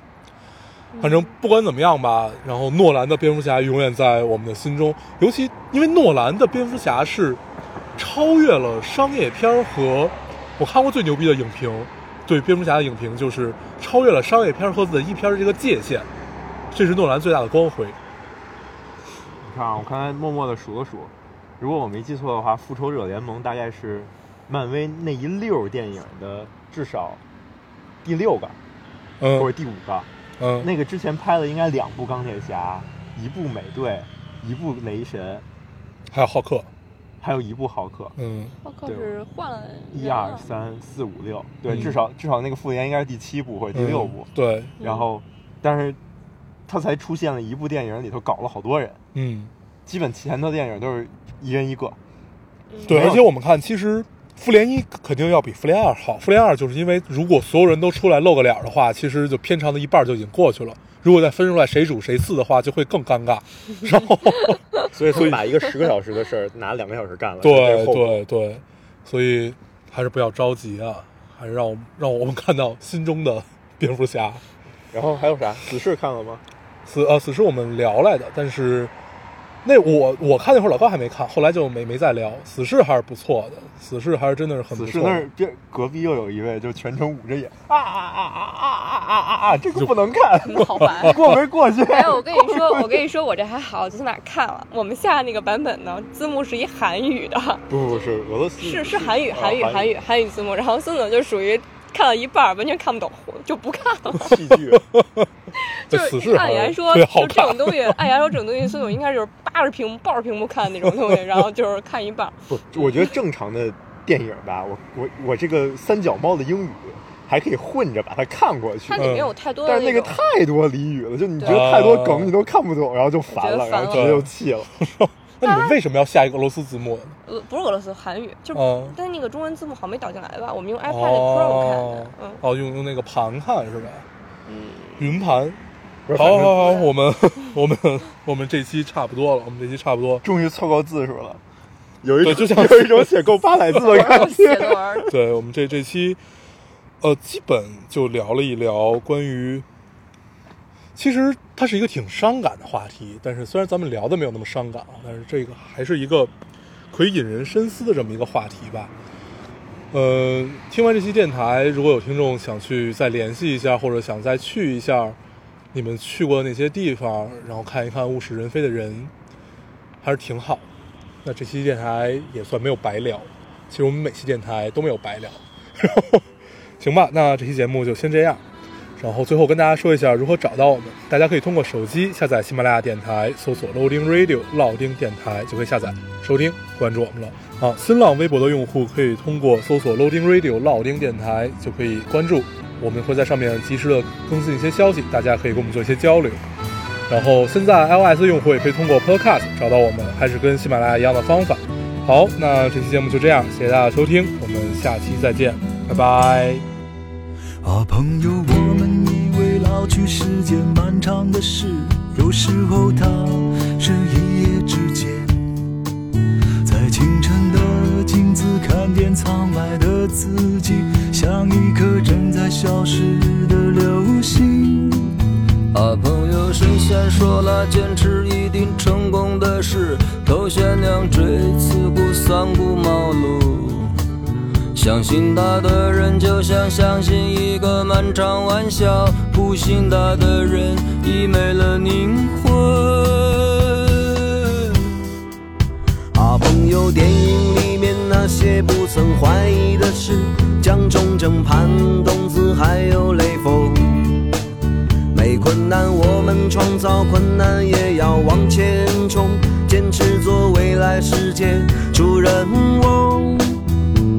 [SPEAKER 2] 反正不管怎么样吧，然后诺兰的蝙蝠侠永远在我们的心中，尤其因为诺兰的蝙蝠侠是超越了商业片儿和我看过最牛逼的影评，对蝙蝠侠的影评就是超越了商业片儿和文艺片儿的这个界限，这是诺兰最大的光辉。
[SPEAKER 4] 你看啊，我刚才默默的数了数，如果我没记错的话，《复仇者联盟》大概是漫威那一溜儿电影的至少第六个或者
[SPEAKER 2] 嗯
[SPEAKER 4] 第五个。
[SPEAKER 2] 嗯，
[SPEAKER 4] 那个之前拍了应该两部钢铁侠，一部美队，一部雷神，
[SPEAKER 2] 还有浩克，
[SPEAKER 4] 还有一部浩克。
[SPEAKER 2] 嗯
[SPEAKER 3] 浩克
[SPEAKER 4] 对
[SPEAKER 3] 是换了
[SPEAKER 4] 一
[SPEAKER 3] 人
[SPEAKER 4] 二
[SPEAKER 3] 了
[SPEAKER 4] 三四五六，对，
[SPEAKER 2] 嗯
[SPEAKER 4] 至少至少那个复联应该是第七部或者第六部
[SPEAKER 2] 嗯。对，
[SPEAKER 4] 然后，但是他才出现了一部电影里头搞了好多人，
[SPEAKER 2] 嗯
[SPEAKER 4] 基本前头电影都是一人一个。
[SPEAKER 3] 嗯
[SPEAKER 2] 对，
[SPEAKER 4] 没有
[SPEAKER 2] 而且我们看，其实复联一肯定要比复联二好。复联二就是因为如果所有人都出来露个脸儿的话，其实就片长的一半就已经过去了。如果再分出来谁主谁次的话，就会更尴 尬。然后，
[SPEAKER 4] 所以他们把一个十个小时的事儿拿两个小时干了
[SPEAKER 2] 对对对，所以还是不要着急啊，还是让我们让我们看到心中的蝙蝠侠。
[SPEAKER 4] 然后还有啥？死侍看了吗？
[SPEAKER 2] 死呃死侍我们聊来的，但是那我我看那会儿老高还没看，后来就没没再聊。死侍还是不错的，死侍还是真的是很不
[SPEAKER 4] 死
[SPEAKER 2] 错的。
[SPEAKER 4] 侍那儿边隔壁又有一位，就全程捂着眼啊啊啊啊啊啊啊啊！这个不能看，
[SPEAKER 3] 嗯好烦。
[SPEAKER 4] 过门过去。
[SPEAKER 3] 哎，我跟你说，我跟你说，我这还好，最起码看了。我们下那个版本呢，字幕是一韩语的，
[SPEAKER 4] 不不是俄罗斯，
[SPEAKER 2] 嗯
[SPEAKER 3] 是是韩语，
[SPEAKER 4] 啊
[SPEAKER 2] 哦
[SPEAKER 3] 韩语，韩语，韩语字幕。然后孙总就属于看到一半儿完全看不懂，就不看了。
[SPEAKER 4] 戏剧，
[SPEAKER 3] 就
[SPEAKER 2] 此
[SPEAKER 3] 是
[SPEAKER 2] 事
[SPEAKER 3] 按理来说，
[SPEAKER 2] 对
[SPEAKER 3] 就
[SPEAKER 2] 好
[SPEAKER 3] 这种东西，按理来说这种东西，孙总应该就是扒着屏幕、抱着屏幕看那种东西，然后就是看一半儿。
[SPEAKER 4] 不，我觉得正常的电影吧，我我我这个三脚猫的英语还可以混着把它看过去
[SPEAKER 3] 它，里面有太多的
[SPEAKER 4] 但是那个
[SPEAKER 3] 种
[SPEAKER 4] 太多俚语了，就你觉
[SPEAKER 3] 对
[SPEAKER 4] 得太多
[SPEAKER 2] 啊
[SPEAKER 4] 梗你都看不懂，然后就烦
[SPEAKER 3] 觉得
[SPEAKER 4] 了，然后
[SPEAKER 3] 烦
[SPEAKER 4] 直接
[SPEAKER 2] 了
[SPEAKER 4] 就气了。
[SPEAKER 2] 那你们为什么要下一个俄罗斯字幕呢？
[SPEAKER 3] 呃，不是俄罗斯，韩语，就是、
[SPEAKER 2] 嗯
[SPEAKER 3] 但那个中文字幕好像没导进来吧？我们用 iPad Pro 看
[SPEAKER 2] 哦
[SPEAKER 3] 的，嗯，
[SPEAKER 2] 哦，用用那个盘看是吧？
[SPEAKER 3] 嗯，
[SPEAKER 2] 云盘。
[SPEAKER 4] 不是，反
[SPEAKER 2] 好好
[SPEAKER 4] 正
[SPEAKER 2] 好，我们 我们我们这期差不多了，我们这期差不多。
[SPEAKER 4] 终于凑够字数了，有一
[SPEAKER 2] 对
[SPEAKER 4] 种
[SPEAKER 2] 就像
[SPEAKER 4] 有一种写够八百字的
[SPEAKER 3] 然后
[SPEAKER 4] 感
[SPEAKER 3] 写
[SPEAKER 4] 觉。
[SPEAKER 3] 作文儿，
[SPEAKER 2] 对我们这这期，呃，基本就聊了一聊关于，其实它是一个挺伤感的话题，但是虽然咱们聊的没有那么伤感啊，但是这个还是一个可以引人深思的这么一个话题吧。呃，听完这期电台，如果有听众想去再联系一下，或者想再去一下你们去过的那些地方，然后看一看物是人非的人，还是挺好。那这期电台也算没有白聊，其实我们每期电台都没有白聊。 行吧，那这期节目就先这样。然后最后跟大家说一下如何找到我们，大家可以通过手机下载喜马拉雅电台，搜索 Loading Radio 老丁电台就可以下载收听，关注我们了。好，新浪微博的用户可以通过搜索 Loading Radio 老丁电台就可以关注，我们会在上面及时的更新一些消息，大家可以跟我们做一些交流。然后现在 iOS 用户也可以通过 Podcast 找到我们，还是跟喜马拉雅一样的方法。好，那这期节目就这样，谢谢大家的收听，我们下期再见，拜拜。
[SPEAKER 5] 啊，朋友，我们以为老去是件漫长的事，有时候它是一夜之间。在清晨的镜子看见苍白的自己，像一颗正在消失的流星。
[SPEAKER 6] 啊，朋友神仙说了，坚持一定成功的事，头悬梁锥刺股三顾茅庐。相信他的人，就像相信一个漫长玩笑；不信他的人，已没了灵魂。啊，朋友，电影里面那些不曾怀疑的事，江中正、潘冬子，还有雷锋。没困难，我们创造困难，也要往前冲，坚持做未来世界主人翁。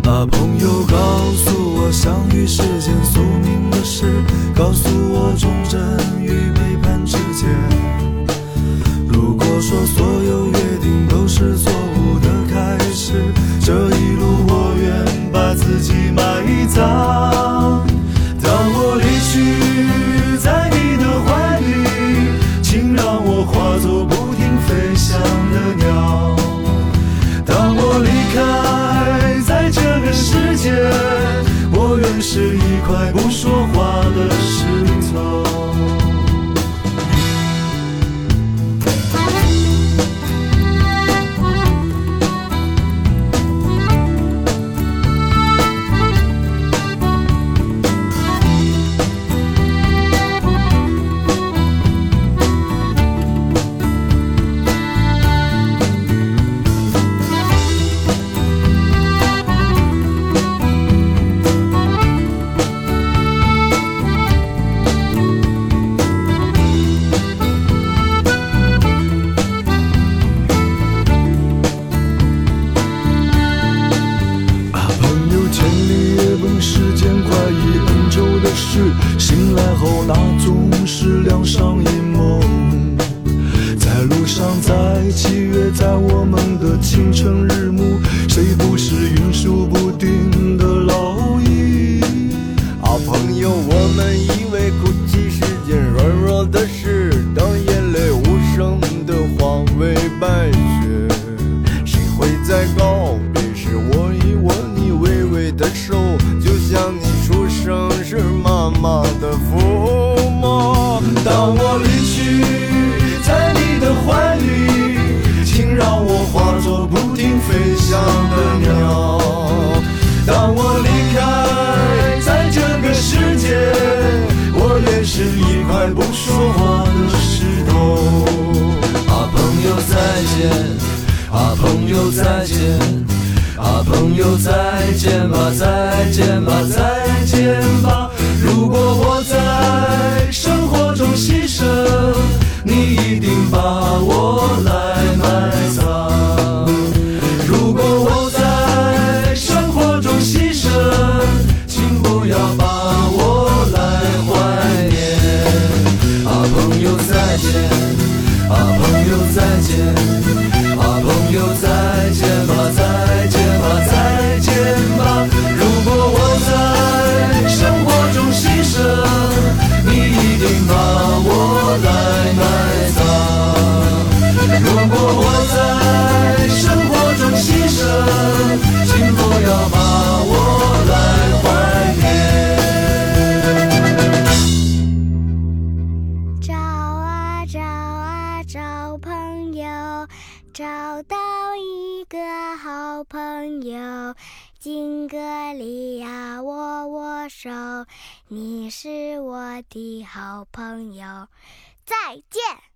[SPEAKER 5] 啊，朋友告诉我，相遇是件宿命的事，告诉我忠贞与背叛之间。如果说所有约定都是错误的开始，这一路我愿把自己埋葬。当我离去，在你的怀里，请让我化作不停飞翔的鸟。当我离开在这个世界，我原是一块不说话的石头。啊，朋友，千里夜奔是件快意恩仇的事，醒来后那总是两上一梦。在路上，在七月，在我们的清晨日暮，谁不是云舒不定的蝼蚁？
[SPEAKER 6] 啊，朋友，我们以为哭泣是件软弱的事，当眼泪无声的化为白雪，谁会在告别时握一握你微微的手，就像你出生时妈妈的抚摸。
[SPEAKER 5] 当我离去，在你的怀里，请让我化作不停飞翔的鸟。当我离开，在这个世界，我也是一块不说话的石头。啊，朋友再见，啊，朋友再见，啊，朋友再见吧，再见吧，再见。间吧。如果我在生活中牺牲，你一定把我来埋葬。如果我在生活中牺牲，请不要把我来怀念。啊，朋友再见，啊，朋友再见，啊，朋友再见吧，再见吧，再见吧。如果我在生活中牺牲，你一定把我来埋葬。如果我在生活中牺牲，请不要把我来怀念。
[SPEAKER 7] 找啊找啊找朋友，找到一个好朋友。金格里亚握握啊手，你是我的好朋友，再见。